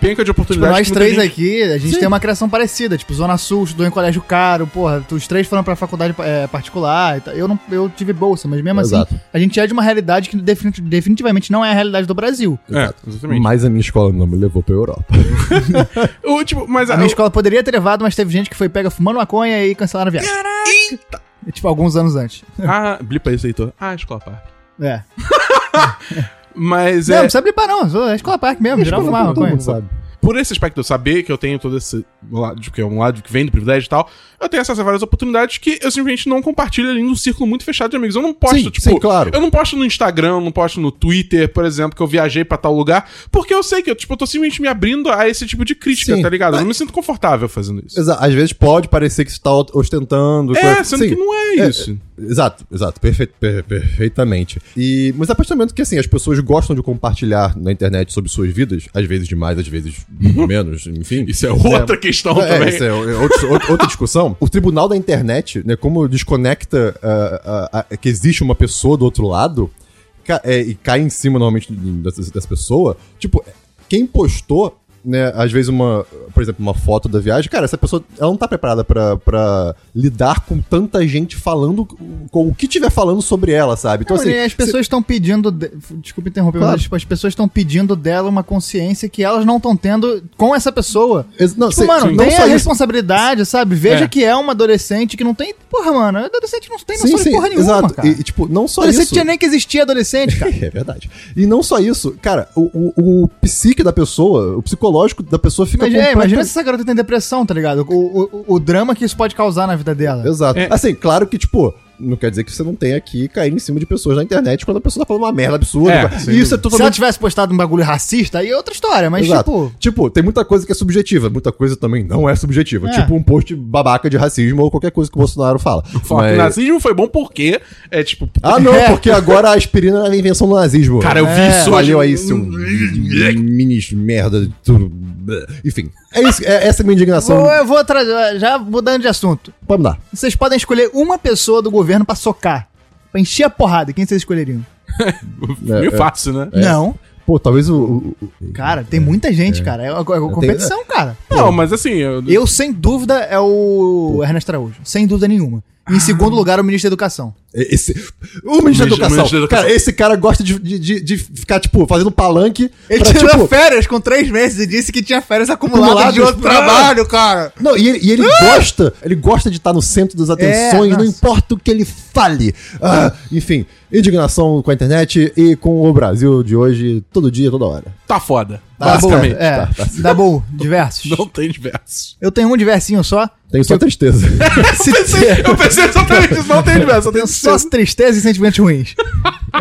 [SPEAKER 3] penca de
[SPEAKER 1] Tipo,
[SPEAKER 3] oportunidades.
[SPEAKER 1] nós
[SPEAKER 3] que muita
[SPEAKER 1] três
[SPEAKER 3] gente-
[SPEAKER 1] aqui, a gente
[SPEAKER 2] Sim.
[SPEAKER 1] tem uma criação parecida. Tipo, Zona Sul, estudou em colégio caro, porra. tu- Os três foram pra faculdade é, particular. e tal. Eu, não, eu tive bolsa, mas mesmo
[SPEAKER 2] Exato.
[SPEAKER 1] assim, a gente é de uma realidade que definit- definitivamente não é a realidade do Brasil.
[SPEAKER 3] É, exatamente.
[SPEAKER 2] Mas a minha escola não me levou pra Europa.
[SPEAKER 3] O, tipo, mas
[SPEAKER 1] A
[SPEAKER 3] a-
[SPEAKER 1] minha
[SPEAKER 3] eu-
[SPEAKER 1] escola poderia ter levado, mas teve gente que foi pega fumando maconha e cancelaram a viagem. É, Tipo, alguns anos antes.
[SPEAKER 3] Ah, blipa isso, Heitor. Ah, escola parque.
[SPEAKER 1] É.
[SPEAKER 3] Mas
[SPEAKER 1] Não, não
[SPEAKER 3] é,
[SPEAKER 1] precisa blipar, não. É escola parque mesmo. Geral fumava
[SPEAKER 2] Todo
[SPEAKER 1] maconha.
[SPEAKER 2] mundo sabe.
[SPEAKER 3] por esse aspecto de eu saber que eu tenho todo esse lado, que é um lado que vem do privilégio e tal, eu tenho acesso a várias oportunidades que eu simplesmente não compartilho ali num círculo muito fechado de amigos. Eu não posto,
[SPEAKER 2] Sim,
[SPEAKER 3] tipo.
[SPEAKER 2] sim, claro.
[SPEAKER 3] Eu não posto no Instagram, eu não posto no Twitter, por exemplo, que eu viajei pra tal lugar, porque eu sei que eu, tipo, eu tô simplesmente me abrindo a esse tipo de crítica,
[SPEAKER 2] Sim.
[SPEAKER 3] tá ligado? Eu não me sinto confortável fazendo isso.
[SPEAKER 2] Exa- Às vezes pode parecer que você tá ostentando.
[SPEAKER 3] É,
[SPEAKER 2] coisa-
[SPEAKER 3] sendo que não é, é isso.
[SPEAKER 2] Exato, exato, perfe- per- perfeitamente. E, mas a partir do momento que assim, as pessoas gostam de compartilhar na internet sobre suas vidas, às vezes demais, às vezes menos, enfim.
[SPEAKER 3] Isso é outra questão
[SPEAKER 2] É,
[SPEAKER 3] também.
[SPEAKER 2] isso é o- é outro- out- outra discussão. O tribunal da internet, né, como desconecta ah, ah, ah, que existe uma pessoa do outro lado ca- é, e cai em cima normalmente dessa, dessa pessoa, tipo, quem postou, né, às vezes uma, por exemplo, uma foto da viagem, cara, essa pessoa, ela não tá preparada pra- pra lidar com tanta gente falando com o que tiver falando sobre ela, sabe? Então,
[SPEAKER 1] Não,
[SPEAKER 2] assim,
[SPEAKER 1] e as pessoas estão pedindo. de- Desculpa interromper,
[SPEAKER 2] Claro.
[SPEAKER 1] mas tipo, as pessoas estão pedindo dela uma consciência que elas não estão tendo com essa pessoa.
[SPEAKER 2] ex- não,
[SPEAKER 1] Tipo,
[SPEAKER 2] cê-
[SPEAKER 1] mano,
[SPEAKER 2] sim.
[SPEAKER 1] tem a
[SPEAKER 2] isso.
[SPEAKER 1] responsabilidade, sabe? Veja
[SPEAKER 3] É.
[SPEAKER 1] que é uma adolescente que não tem. Porra, mano, é adolescente não tem
[SPEAKER 2] Sim,
[SPEAKER 1] noção
[SPEAKER 2] sim,
[SPEAKER 1] de porra nenhuma,
[SPEAKER 2] exato.
[SPEAKER 1] cara.
[SPEAKER 2] E, e, tipo, não só
[SPEAKER 1] adolescente
[SPEAKER 2] isso.
[SPEAKER 1] tinha nem que existir adolescente, cara.
[SPEAKER 2] É verdade. E não só isso, cara, o, o, o psique da pessoa, o psicológico da pessoa fica
[SPEAKER 1] Imagina, é,
[SPEAKER 2] completa-
[SPEAKER 1] imagina se essa garota tem depressão, tá ligado? O, o, o drama que isso pode causar na vida dela.
[SPEAKER 2] Exato.
[SPEAKER 3] É.
[SPEAKER 2] Assim, claro que, tipo, não quer dizer que você não tenha que cair em cima de pessoas na internet quando a pessoa tá falando uma merda absurda.
[SPEAKER 3] É,
[SPEAKER 2] E
[SPEAKER 3] sem
[SPEAKER 2] isso é
[SPEAKER 1] Se ela
[SPEAKER 2] totalmente.
[SPEAKER 1] tivesse postado um bagulho racista, aí é outra história, mas
[SPEAKER 2] Exato.
[SPEAKER 1] tipo.
[SPEAKER 2] Tipo, tem muita coisa que é subjetiva, muita coisa também não é subjetiva.
[SPEAKER 1] É.
[SPEAKER 2] Tipo um post babaca de racismo ou qualquer coisa que o Bolsonaro fala.
[SPEAKER 3] Falar que
[SPEAKER 2] Mas-
[SPEAKER 3] o nazismo foi bom porque é tipo.
[SPEAKER 2] Ah, não, porque agora a aspirina era a invenção do nazismo.
[SPEAKER 3] Cara, eu vi
[SPEAKER 1] É,
[SPEAKER 3] isso
[SPEAKER 2] Valeu aí, seu ministro merda. tudo. Enfim, é isso, é, essa é a minha indignação.
[SPEAKER 1] Vou, eu vou trazer. Já mudando de assunto.
[SPEAKER 2] Pode mudar.
[SPEAKER 1] Vocês podem escolher uma pessoa do governo pra socar. Pra encher a porrada. Quem vocês escolheriam?
[SPEAKER 3] Meio
[SPEAKER 2] é,
[SPEAKER 3] fácil, né?
[SPEAKER 1] Não.
[SPEAKER 2] Pô, talvez o. o- o-
[SPEAKER 1] Cara, tem muita gente, cara. É uma, é uma competição, cara.
[SPEAKER 2] É.
[SPEAKER 3] Não, mas assim. Eu,
[SPEAKER 1] Eu, sem dúvida, é o Ernesto Araújo. Sem dúvida nenhuma.
[SPEAKER 3] Ah.
[SPEAKER 1] Em segundo lugar, o ministro da Educação.
[SPEAKER 2] Esse, o ministro da
[SPEAKER 3] Ministro-
[SPEAKER 2] educação.
[SPEAKER 3] ministro da educação.
[SPEAKER 2] Cara, esse cara gosta de, de, de- de ficar, tipo, fazendo palanque.
[SPEAKER 1] Ele
[SPEAKER 2] pra,
[SPEAKER 1] tirou
[SPEAKER 2] tipo,
[SPEAKER 1] férias com três meses e disse que tinha férias acumuladas de outro
[SPEAKER 3] Ah.
[SPEAKER 2] Acumuladas.
[SPEAKER 1] trabalho, cara.
[SPEAKER 2] Não, e ele, e ele gosta, ele gosta de estar no centro das atenções, não
[SPEAKER 1] Ah! É, nossa.
[SPEAKER 2] importa o que ele fale. Ah, enfim, indignação com a internet e com o Brasil de hoje, todo dia, toda hora.
[SPEAKER 3] Tá foda.
[SPEAKER 1] Dabu,
[SPEAKER 3] Basicamente. tá,
[SPEAKER 1] É, Dabu, diversos.
[SPEAKER 3] Não tem diversos.
[SPEAKER 1] Eu tenho um diversinho só.
[SPEAKER 2] Tenho só tristeza.
[SPEAKER 1] Se-
[SPEAKER 3] Eu pensei exatamente isso, não tem diversos.
[SPEAKER 1] Tenho
[SPEAKER 2] é
[SPEAKER 1] só tristeza e sentimentos ruins.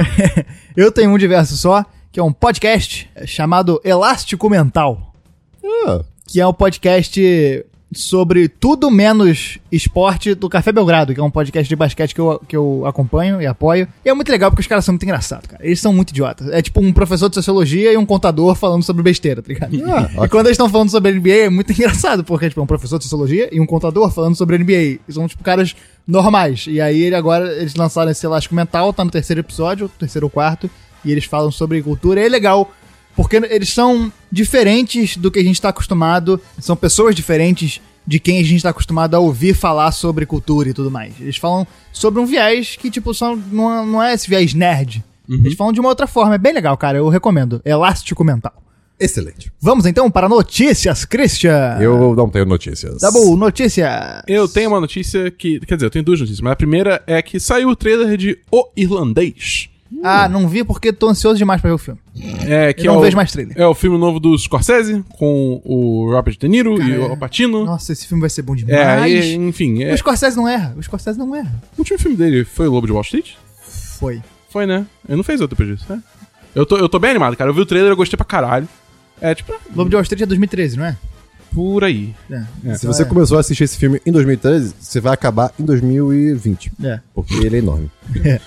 [SPEAKER 1] eu tenho um diverso só, que é um podcast chamado Elástico Mental,
[SPEAKER 2] Ah,
[SPEAKER 1] que é um podcast sobre tudo menos esporte do Café Belgrado, que é um podcast de basquete que eu, que eu acompanho e apoio. E é muito legal porque os caras são muito engraçados, cara. Eles são muito idiotas. É tipo um professor de sociologia e um contador falando sobre besteira, tá ligado?
[SPEAKER 2] Ah,
[SPEAKER 1] e quando eles estão falando sobre NBA é muito engraçado, porque tipo, é um professor de sociologia e um contador falando sobre NBA. E são tipo caras normais. E aí ele agora eles lançaram esse elástico mental, tá no terceiro episódio, terceiro ou quarto, e eles falam sobre cultura. E é legal. Porque eles são diferentes do que a gente está acostumado, são pessoas diferentes de quem a gente está acostumado a ouvir falar sobre cultura e tudo mais. Eles falam sobre um viés que, tipo, são, não, é- não é esse viés nerd. Eles falam de uma outra forma. É bem legal, cara. Eu recomendo. Elástico mental.
[SPEAKER 2] excelente.
[SPEAKER 1] Vamos então para notícias, Christian.
[SPEAKER 2] Eu não tenho notícias.
[SPEAKER 1] Tá bom, notícia.
[SPEAKER 3] Eu tenho uma notícia que. Quer dizer, eu tenho duas notícias, mas a primeira é que saiu o trailer de O Irlandês.
[SPEAKER 1] Ah, não vi porque tô ansioso demais pra ver o filme.
[SPEAKER 3] É, que
[SPEAKER 1] Eu não
[SPEAKER 3] é o,
[SPEAKER 1] vejo mais trailer.
[SPEAKER 3] É o filme novo do Scorsese, com o Robert De Niro e o
[SPEAKER 1] é.
[SPEAKER 3] Al Pacino.
[SPEAKER 1] Nossa, esse filme vai ser bom demais.
[SPEAKER 3] É, e- enfim. É,
[SPEAKER 1] O Scorsese não erra. O Scorsese não erra.
[SPEAKER 3] O último filme dele foi o Lobo de Wall Street?
[SPEAKER 1] Foi.
[SPEAKER 3] Foi, né? Ele não fez outro depois disso, né? Eu tô, eu tô bem animado, cara. Eu vi o trailer, eu gostei pra caralho. É, tipo, é,
[SPEAKER 1] Lobo de Wall Street é 2013, não é?
[SPEAKER 3] por aí.
[SPEAKER 1] É.
[SPEAKER 2] Se você começou a assistir esse filme em 2013, você vai acabar em 2020.
[SPEAKER 1] É.
[SPEAKER 2] Porque ele é enorme.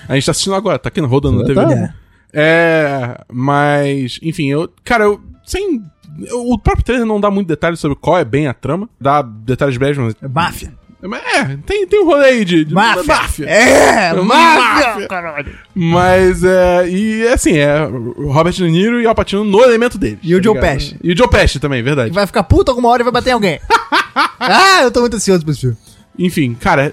[SPEAKER 3] A gente tá assistindo agora, tá aqui no- rodando na TV.
[SPEAKER 2] Tá.
[SPEAKER 3] É, mas, enfim, eu. Cara, eu. Sem. eu- O próprio trailer não dá muito detalhe sobre qual é bem a trama. Dá detalhes breves, mas.
[SPEAKER 1] É Máfia.
[SPEAKER 3] mas É, tem, tem um rolê aí de. de
[SPEAKER 1] Máfia.
[SPEAKER 3] máfia.
[SPEAKER 1] É,
[SPEAKER 3] máfia,
[SPEAKER 1] caralho.
[SPEAKER 3] Mas, é. E assim, é. o Robert De Niro e Al Pacino no elemento dele.
[SPEAKER 1] E o Joe Pesci.
[SPEAKER 3] E o Joe Pesci também, verdade.
[SPEAKER 1] Vai ficar puto alguma hora e vai bater em alguém. ah, eu tô muito ansioso pra esse filme.
[SPEAKER 3] Enfim, cara,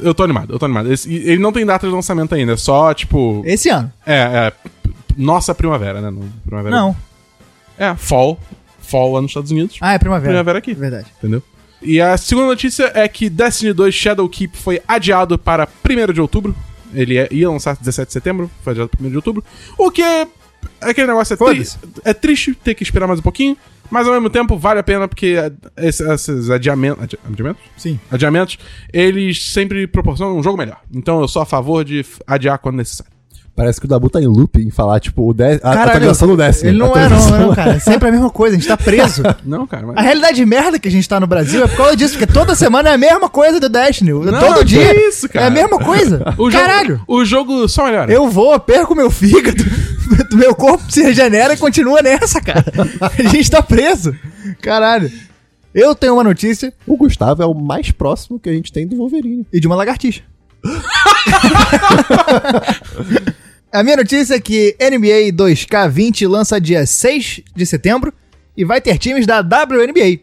[SPEAKER 3] eu tô animado, eu tô animado. Esse- e ele não tem data de lançamento ainda, é só, tipo.
[SPEAKER 1] Esse ano.
[SPEAKER 3] É, é. p- p- Nossa primavera, né? Não. Primavera.
[SPEAKER 1] Não.
[SPEAKER 3] É, fall. Fall lá nos Estados Unidos.
[SPEAKER 1] Ah, é primavera.
[SPEAKER 3] primavera aqui.
[SPEAKER 1] Verdade.
[SPEAKER 3] Entendeu? E a segunda notícia é que Destiny 2 Shadowkeep foi adiado para 1 de outubro. Ele é- ia lançar 17 de setembro, foi adiado para 1 de outubro. O que é. Aquele negócio é, tri-
[SPEAKER 1] Foda-se.
[SPEAKER 3] é triste ter que esperar mais um pouquinho, mas ao mesmo tempo vale a pena porque é, esse- esses adiamentos. adi- Adiamentos?
[SPEAKER 1] Sim.
[SPEAKER 3] adiamentos, eles sempre proporcionam um jogo melhor. Então eu sou a favor de f- adiar quando necessário.
[SPEAKER 2] Parece que o Dabu tá em loop em falar, tipo, o dez, a,
[SPEAKER 1] Caralho,
[SPEAKER 2] atualização do décimo.
[SPEAKER 1] Ele não é, não, não, cara. É Sempre a mesma coisa, a gente tá preso.
[SPEAKER 3] Não, cara, mas...
[SPEAKER 1] A realidade merda que a gente tá no Brasil é por causa disso, porque toda semana é a mesma coisa do Destiny. todo
[SPEAKER 3] que
[SPEAKER 1] dia
[SPEAKER 3] isso, cara?
[SPEAKER 1] é a mesma coisa.
[SPEAKER 3] O jogo,
[SPEAKER 1] Caralho!
[SPEAKER 3] O jogo só melhora.
[SPEAKER 1] Eu vou, perco meu fígado, meu corpo se regenera e continua nessa, cara. A gente tá preso. Caralho. Eu tenho uma notícia
[SPEAKER 2] O Gustavo é o mais próximo que a gente tem do Wolverine.
[SPEAKER 1] e de uma lagartixa. a minha notícia é que NBA 2K20 lança dia 6 de setembro e vai ter times da WNBA.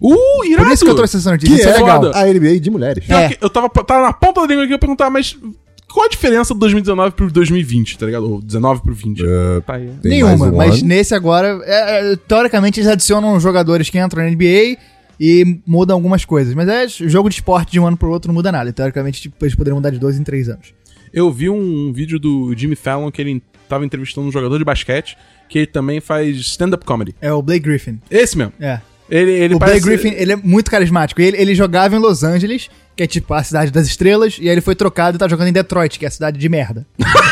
[SPEAKER 3] Uh, irado!
[SPEAKER 1] Por isso que eu trouxe essa notícia.
[SPEAKER 3] Que
[SPEAKER 1] isso é
[SPEAKER 3] é
[SPEAKER 1] legal.
[SPEAKER 3] foda.
[SPEAKER 2] A NBA de mulheres.
[SPEAKER 3] Pior
[SPEAKER 1] É.
[SPEAKER 3] que Eu tava, tava na ponta da língua aqui eu perguntar, mas qual a diferença do 2019 pro 2020, tá ligado? Ou 19 pro 20.
[SPEAKER 2] É.
[SPEAKER 3] Tá aí.
[SPEAKER 2] Uh, Tem
[SPEAKER 1] Nenhuma,
[SPEAKER 2] mais um
[SPEAKER 1] mas
[SPEAKER 2] ano.
[SPEAKER 1] nesse agora, é, é, teoricamente eles adicionam jogadores que entram na NBA e mudam algumas coisas. Mas é jogo de esporte de um ano pro outro não muda nada. E, Teoricamente tipo, eles poderiam mudar de dois em três anos.
[SPEAKER 3] Eu vi um vídeo do Jimmy Fallon que ele tava entrevistando um jogador de basquete que ele também faz stand-up comedy.
[SPEAKER 1] É o Blake Griffin.
[SPEAKER 3] Esse mesmo.
[SPEAKER 1] É.
[SPEAKER 3] Ele, ele
[SPEAKER 1] o
[SPEAKER 3] parece...
[SPEAKER 1] Blake Griffin, ele é muito carismático. Ele, ele jogava em Los Angeles, que é tipo a cidade das estrelas, e aí ele foi trocado e tá jogando em Detroit, que é a cidade de merda.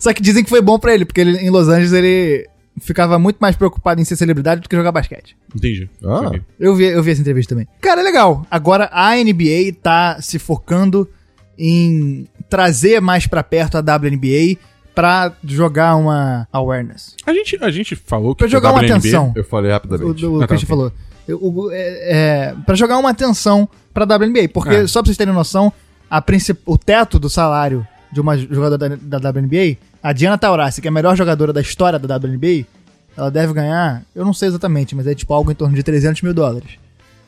[SPEAKER 1] Só que dizem que foi bom pra ele, porque ele, em Los Angeles ele ficava muito mais preocupado em ser celebridade do que jogar basquete.
[SPEAKER 3] Entendi.
[SPEAKER 2] Ah.
[SPEAKER 3] Saquei.
[SPEAKER 1] Eu vi, eu vi essa entrevista também. Cara, é legal. Agora a NBA tá se focando em trazer mais pra perto a WNBA pra jogar uma awareness.
[SPEAKER 3] A gente, a gente falou que
[SPEAKER 1] Pra jogar
[SPEAKER 3] a
[SPEAKER 1] uma
[SPEAKER 3] WNBA
[SPEAKER 1] atenção.
[SPEAKER 2] Eu falei
[SPEAKER 1] O,
[SPEAKER 2] rapidamente.
[SPEAKER 1] o,
[SPEAKER 3] Ah, tá,
[SPEAKER 1] Christian
[SPEAKER 3] ok.
[SPEAKER 1] falou. Eu- o- é, é, pra jogar uma atenção pra WNBA. Porque,
[SPEAKER 3] É.
[SPEAKER 1] só pra vocês terem noção, a princip- o teto do salário de uma jogadora da, da WNBA, a Diana Taurasi, que é a melhor jogadora da história da WNBA, ela deve ganhar, eu não sei exatamente, mas é tipo algo em torno de 300 mil dólares.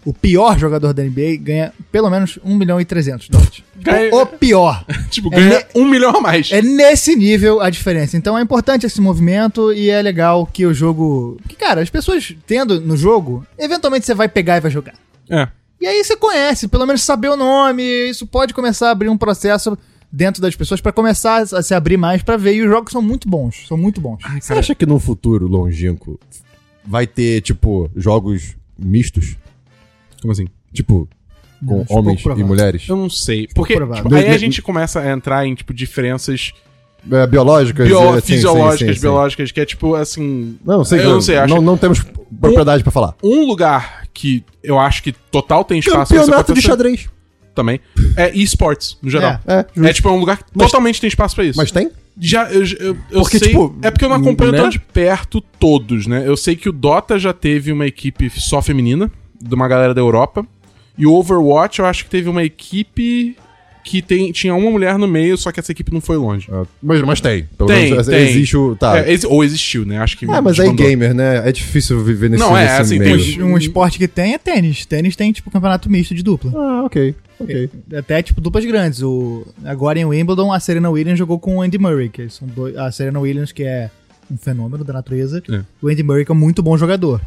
[SPEAKER 1] O pior jogador da NBA ganha pelo menos 1 milhão e 300 dólares.
[SPEAKER 3] Ganha-
[SPEAKER 1] O pior.
[SPEAKER 3] Tipo,
[SPEAKER 1] É
[SPEAKER 3] ganha
[SPEAKER 1] ne-
[SPEAKER 3] um milhão a mais.
[SPEAKER 1] É nesse nível a diferença. Então é importante esse movimento e é legal que o jogo. Que, cara, as pessoas tendo no jogo, eventualmente você vai pegar e vai jogar.
[SPEAKER 3] É.
[SPEAKER 1] E aí você conhece, pelo menos saber o nome, isso pode começar a abrir um processo dentro das pessoas pra começar a se abrir mais pra ver. E os jogos são muito bons, são muito bons.
[SPEAKER 2] Você acha que num futuro longínquo vai ter, tipo, jogos mistos?
[SPEAKER 3] Como assim?
[SPEAKER 2] Tipo, com
[SPEAKER 1] Acho pouco
[SPEAKER 2] homens e
[SPEAKER 1] provável.
[SPEAKER 2] mulheres?
[SPEAKER 3] Eu não sei. Porque
[SPEAKER 1] provável.
[SPEAKER 3] tipo, aí a
[SPEAKER 2] Dois-
[SPEAKER 3] gente começa a entrar em, tipo, diferenças
[SPEAKER 2] É, biológicas?
[SPEAKER 3] bio-
[SPEAKER 2] é, sim, sim, sim,
[SPEAKER 3] fisiológicas,
[SPEAKER 2] sim.
[SPEAKER 3] biológicas, que é tipo, assim...
[SPEAKER 2] Não, sei que
[SPEAKER 3] Eu não sei, acho
[SPEAKER 2] não, não temos propriedade pra falar.
[SPEAKER 3] um lugar que eu acho que total tem espaço pra isso
[SPEAKER 2] Campeonato de
[SPEAKER 3] acontecer
[SPEAKER 2] xadrez.
[SPEAKER 3] também é esportes no geral.
[SPEAKER 2] É,
[SPEAKER 3] É,
[SPEAKER 2] justo.
[SPEAKER 3] tipo é um lugar que
[SPEAKER 2] Mas-
[SPEAKER 3] totalmente tem espaço pra isso.
[SPEAKER 2] Mas tem?
[SPEAKER 3] já eu, eu, eu
[SPEAKER 2] Porque,
[SPEAKER 3] sei,
[SPEAKER 2] tipo,
[SPEAKER 3] é porque eu não acompanho
[SPEAKER 2] né?
[SPEAKER 3] tão de perto todos, né? Eu sei que o Dota já teve uma equipe só feminina de uma galera da Europa e o Overwatch eu acho que teve uma equipe que tem, tinha uma mulher no meio, só que essa equipe não foi longe.
[SPEAKER 2] Mas, mas tem. Pelo
[SPEAKER 3] Ah, Tem,
[SPEAKER 2] menos,
[SPEAKER 3] tem.
[SPEAKER 2] existe o. Tá.
[SPEAKER 3] É, exi- ou existiu, né? Acho que
[SPEAKER 2] Ah, mas aí
[SPEAKER 3] desbandou.
[SPEAKER 2] gamer, né? É difícil viver nesse,
[SPEAKER 3] Não, é,
[SPEAKER 2] nesse
[SPEAKER 3] assim,
[SPEAKER 2] meio.
[SPEAKER 3] tem-
[SPEAKER 1] Um esporte que tem é tênis. Tênis tem, tipo, campeonato misto de dupla.
[SPEAKER 2] Ah, ok. Ok.
[SPEAKER 1] Até, tipo, duplas grandes. O... Agora em Wimbledon, a Serena Williams jogou com o Andy Murray, que são dois... A Serena Williams, que é um fenômeno da natureza.
[SPEAKER 3] É.
[SPEAKER 1] O Andy Murray, que é um muito bom jogador.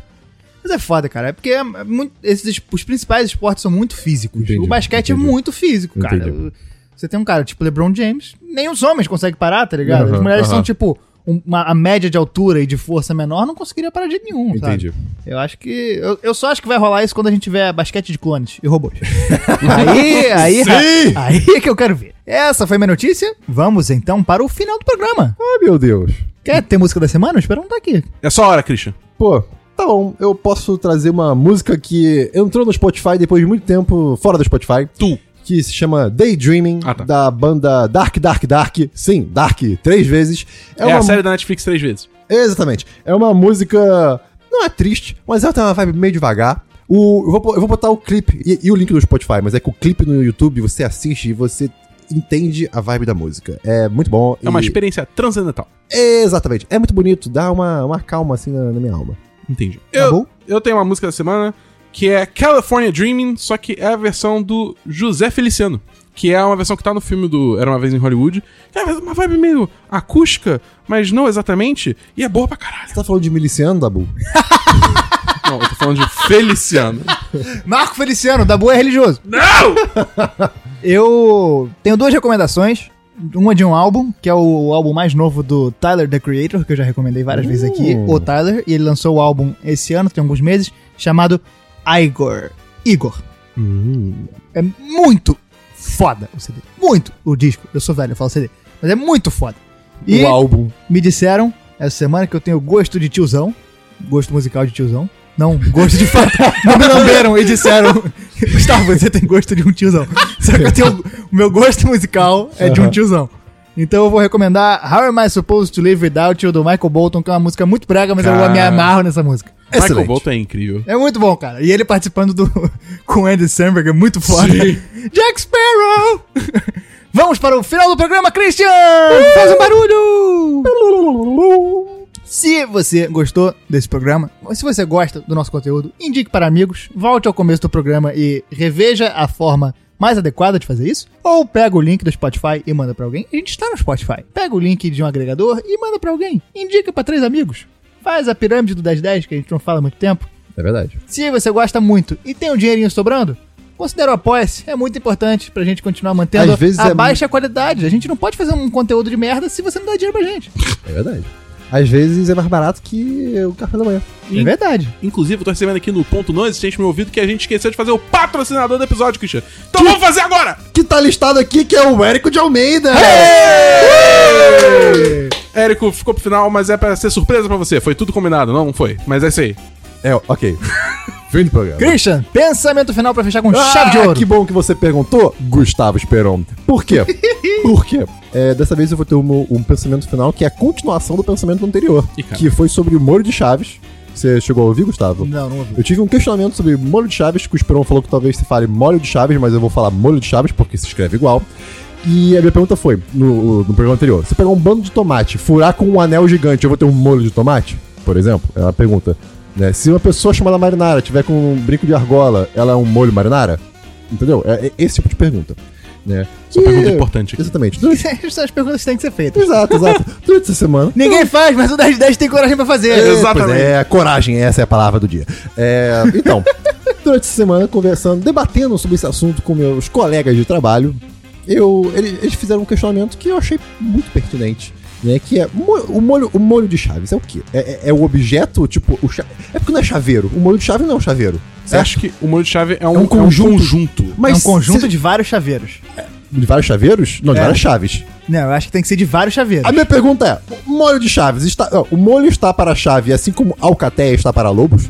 [SPEAKER 1] Mas é foda, cara. É porque é muito- esses, es- os principais esportes são muito físicos.
[SPEAKER 2] Entendi,
[SPEAKER 1] o basquete
[SPEAKER 2] entendi.
[SPEAKER 1] é muito físico, cara.
[SPEAKER 2] Entendi.
[SPEAKER 1] Você tem um cara tipo LeBron James, nem os homens conseguem parar, tá ligado? As
[SPEAKER 2] Aham,
[SPEAKER 1] mulheres
[SPEAKER 2] aham.
[SPEAKER 1] são, tipo, um- uma, a média de altura e de força menor não conseguiria parar de jeito nenhum,
[SPEAKER 3] É,
[SPEAKER 1] sabe?
[SPEAKER 2] Entendi.
[SPEAKER 1] Eu acho que. Eu, eu só acho que vai rolar isso quando a gente tiver basquete de clones e robôs. aí, aí,
[SPEAKER 2] Sim!
[SPEAKER 1] aí é que eu quero ver. Essa foi minha notícia. Vamos então para o final do programa.
[SPEAKER 2] Ah, meu Deus.
[SPEAKER 1] Quer ter música da semana? Eu espero não tá aqui.
[SPEAKER 3] É só a hora, Christian.
[SPEAKER 2] Pô, tá bom. Eu posso trazer uma música que entrou no Spotify depois de muito tempo fora do Spotify.
[SPEAKER 3] Tu.
[SPEAKER 2] Que se chama Daydreaming,
[SPEAKER 3] Ah, tá.
[SPEAKER 2] da banda Dark Dark Dark. Sim, Dark três vezes.
[SPEAKER 3] É, a série da Netflix três vezes.
[SPEAKER 2] Exatamente. É uma música. Não é triste, mas ela tem uma vibe meio devagar. O, eu, vou, bo- eu vou botar o clipe e, e o link do Spotify, mas é que o clipe no YouTube você assiste e você entende a vibe da música. É muito bom.
[SPEAKER 3] É uma
[SPEAKER 2] e-
[SPEAKER 3] experiência transcendental.
[SPEAKER 2] Exatamente. É muito bonito, dá uma, uma calma assim na, na minha alma.
[SPEAKER 3] Entendi.
[SPEAKER 1] Tá
[SPEAKER 3] Eu,
[SPEAKER 1] bom?
[SPEAKER 3] eu tenho uma música da semana que é California Dreaming, só que é a versão do José Feliciano. Que é uma versão que tá no filme do Era Uma Vez em Hollywood. que É uma vibe meio acústica, mas não exatamente. E é boa pra caralho.
[SPEAKER 2] Você tá falando de miliciano, Dabu?
[SPEAKER 3] Não, eu tô falando de Feliciano.
[SPEAKER 1] Marco Feliciano, da Boa é Religioso.
[SPEAKER 3] Não!
[SPEAKER 1] Eu tenho duas recomendações. Uma de um álbum, que é o álbum mais novo do Tyler, The Creator, que eu já recomendei várias vezes aqui.
[SPEAKER 2] Hum.
[SPEAKER 1] O Tyler, e ele lançou o álbum esse ano, tem alguns meses, chamado Igor. Igor.
[SPEAKER 2] Uh.
[SPEAKER 1] É muito foda o CD. Muito o disco. Eu sou velho, eu falo CD. Mas é muito foda. E
[SPEAKER 2] O álbum.
[SPEAKER 1] me disseram essa semana que eu tenho gosto de tiozão. Gosto musical de tiozão. Não, gosto de fato. Não me lamberam e disseram: Gustavo, você tem gosto de um tiozão. Só que eu tenho. O meu gosto musical é de um tiozão. Então eu vou recomendar How Am I Supposed to Live Without You do Michael Bolton, que é uma música muito brega, mas eu
[SPEAKER 3] Cara.
[SPEAKER 1] me amarro nessa música.
[SPEAKER 2] Excelente.
[SPEAKER 3] Michael Bolton é incrível.
[SPEAKER 1] É muito bom, cara. E ele participando do com o Andy Samberg é muito foda.
[SPEAKER 3] Sim.
[SPEAKER 1] Jack Sparrow! Vamos para o final do programa, Christian! Faz um barulho! Se você gostou desse programa, ou se você gosta do nosso conteúdo, indique para amigos, volte ao começo do programa e reveja a forma mais adequada de fazer isso, ou pega o link do Spotify e manda para alguém. A gente está no Spotify. Pega o link de um agregador e manda para alguém. Indica para três amigos. Faz a pirâmide do 1010, que a gente não fala há muito tempo.
[SPEAKER 2] É verdade.
[SPEAKER 1] Se você gosta muito e tem um dinheirinho sobrando, considera o Apoia-se. É muito importante pra gente continuar mantendo
[SPEAKER 2] Às vezes
[SPEAKER 1] a
[SPEAKER 2] é
[SPEAKER 1] baixa qualidade. A gente não pode fazer um conteúdo de merda se você não dá dinheiro pra gente.
[SPEAKER 2] É verdade. Às vezes é mais barato que o café da manhã.
[SPEAKER 1] É verdade.
[SPEAKER 3] Inclusive, eu tô recebendo aqui no ponto não existente meu ouvido que a gente esqueceu de fazer o patrocinador do episódio, Christian. Então vamos fazer agora!
[SPEAKER 2] Que tá listado aqui, que é o Érico de Almeida.
[SPEAKER 3] Érico ficou pro final, mas é pra ser surpresa pra você. Foi tudo combinado, não? Não foi. Mas é isso aí.
[SPEAKER 2] É, ok. Fim do programa.
[SPEAKER 1] Christian, pensamento final pra fechar com
[SPEAKER 2] Ah,
[SPEAKER 1] chave de ouro.
[SPEAKER 2] Que bom que você perguntou, Gustavo Esperon. Por quê? Por quê? É, dessa vez eu vou ter um, um pensamento final que é a continuação do pensamento anterior,
[SPEAKER 3] Ih, cara.
[SPEAKER 2] que foi sobre o Moro de Chaves. Você chegou a ouvir, Gustavo?
[SPEAKER 1] Não, não ouvi.
[SPEAKER 2] Eu tive um questionamento sobre molho de chaves, que o Esperon falou que talvez se fale molho de chaves, mas eu vou falar molho de chaves porque se escreve igual. E a minha pergunta foi, no, no programa anterior, se pegar um bando de tomate, furar com um anel gigante, eu vou ter um molho de tomate? Por exemplo, é uma pergunta. né? Se uma pessoa chamada marinara tiver com um brinco de argola, ela é um molho marinara? Entendeu? É, é esse tipo de pergunta. Né?
[SPEAKER 3] Só
[SPEAKER 2] E-
[SPEAKER 3] pergunta importante aqui.
[SPEAKER 2] Exatamente. Durante-
[SPEAKER 1] Essas perguntas que têm que ser feitas.
[SPEAKER 2] exato, exato. Durante essa semana,
[SPEAKER 1] Ninguém faz, mas o 10 10 tem coragem pra fazer.
[SPEAKER 2] é,
[SPEAKER 3] Exatamente.
[SPEAKER 2] pois É, coragem, essa é a palavra do dia. É, então, durante essa semana, conversando, debatendo sobre esse assunto com meus colegas de trabalho, eu, ele- eles fizeram um questionamento que eu achei muito pertinente. Né, que é mo- o molho, o molho de chaves é o quê? É, é- é o objeto, tipo, o cha- é porque não é chaveiro. O molho de chave não é um chaveiro.
[SPEAKER 3] Você acha que o molho de chave é um,
[SPEAKER 2] É um
[SPEAKER 3] é um
[SPEAKER 2] conjunto.
[SPEAKER 3] conjunto?
[SPEAKER 1] é um conjunto de vários chaveiros.
[SPEAKER 2] de vários chaveiros? Não, de
[SPEAKER 1] É.
[SPEAKER 2] várias chaves.
[SPEAKER 1] Não, eu acho que tem que ser de vários chaveiros.
[SPEAKER 2] A minha pergunta é: o molho de chaves está. ó, o molho está para a chave, assim como alcatéia está para lobos?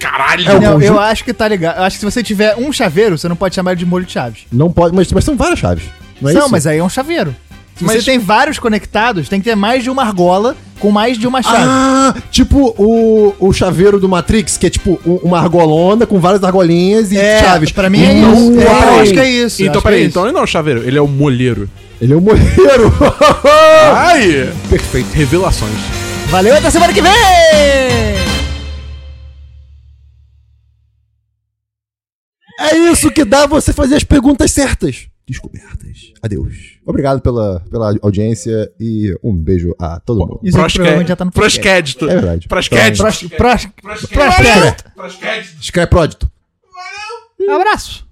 [SPEAKER 3] Caralho!
[SPEAKER 2] É o-
[SPEAKER 1] Não, eu
[SPEAKER 2] conjunto-
[SPEAKER 1] acho que tá ligado. Eu acho que se você tiver um chaveiro, você não pode chamar ele de molho de chaves.
[SPEAKER 2] Não pode, mas, mas são várias chaves. Não,
[SPEAKER 1] Não,
[SPEAKER 2] é isso?
[SPEAKER 1] mas aí é um chaveiro. Se
[SPEAKER 3] Mas-
[SPEAKER 1] você tem vários conectados, tem que ter mais de uma argola com mais de uma chave.
[SPEAKER 2] Ah, tipo o, o chaveiro do Matrix, que é tipo um- uma argolona com várias argolinhas e
[SPEAKER 1] É,
[SPEAKER 2] chaves. um
[SPEAKER 1] pra mim é
[SPEAKER 2] Não,
[SPEAKER 1] isso. É,
[SPEAKER 2] uau.
[SPEAKER 1] eu acho que é isso. eu
[SPEAKER 3] Então,
[SPEAKER 1] acho
[SPEAKER 3] peraí,
[SPEAKER 1] que é
[SPEAKER 3] então ele não é um chaveiro, ele é um molheiro.
[SPEAKER 2] Ele é um morreiro.
[SPEAKER 3] Ai!
[SPEAKER 2] Perfeito.
[SPEAKER 3] Revelações.
[SPEAKER 1] isso. Valeu, até semana que vem!
[SPEAKER 2] É isso que dá você fazer as perguntas certas. Descobertas. Adeus. Obrigado pela, pela audiência e um beijo a todo mundo.
[SPEAKER 1] Isso aqui provavelmente já tá no podcast.
[SPEAKER 3] Proscédito.
[SPEAKER 2] É verdade.
[SPEAKER 3] Proscédito.
[SPEAKER 1] Pros- pros- prospecto.
[SPEAKER 3] Proscédito.
[SPEAKER 2] Escreve pródito.
[SPEAKER 1] Abraço.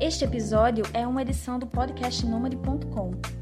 [SPEAKER 4] Este episódio é uma edição do podcast Nômade.com.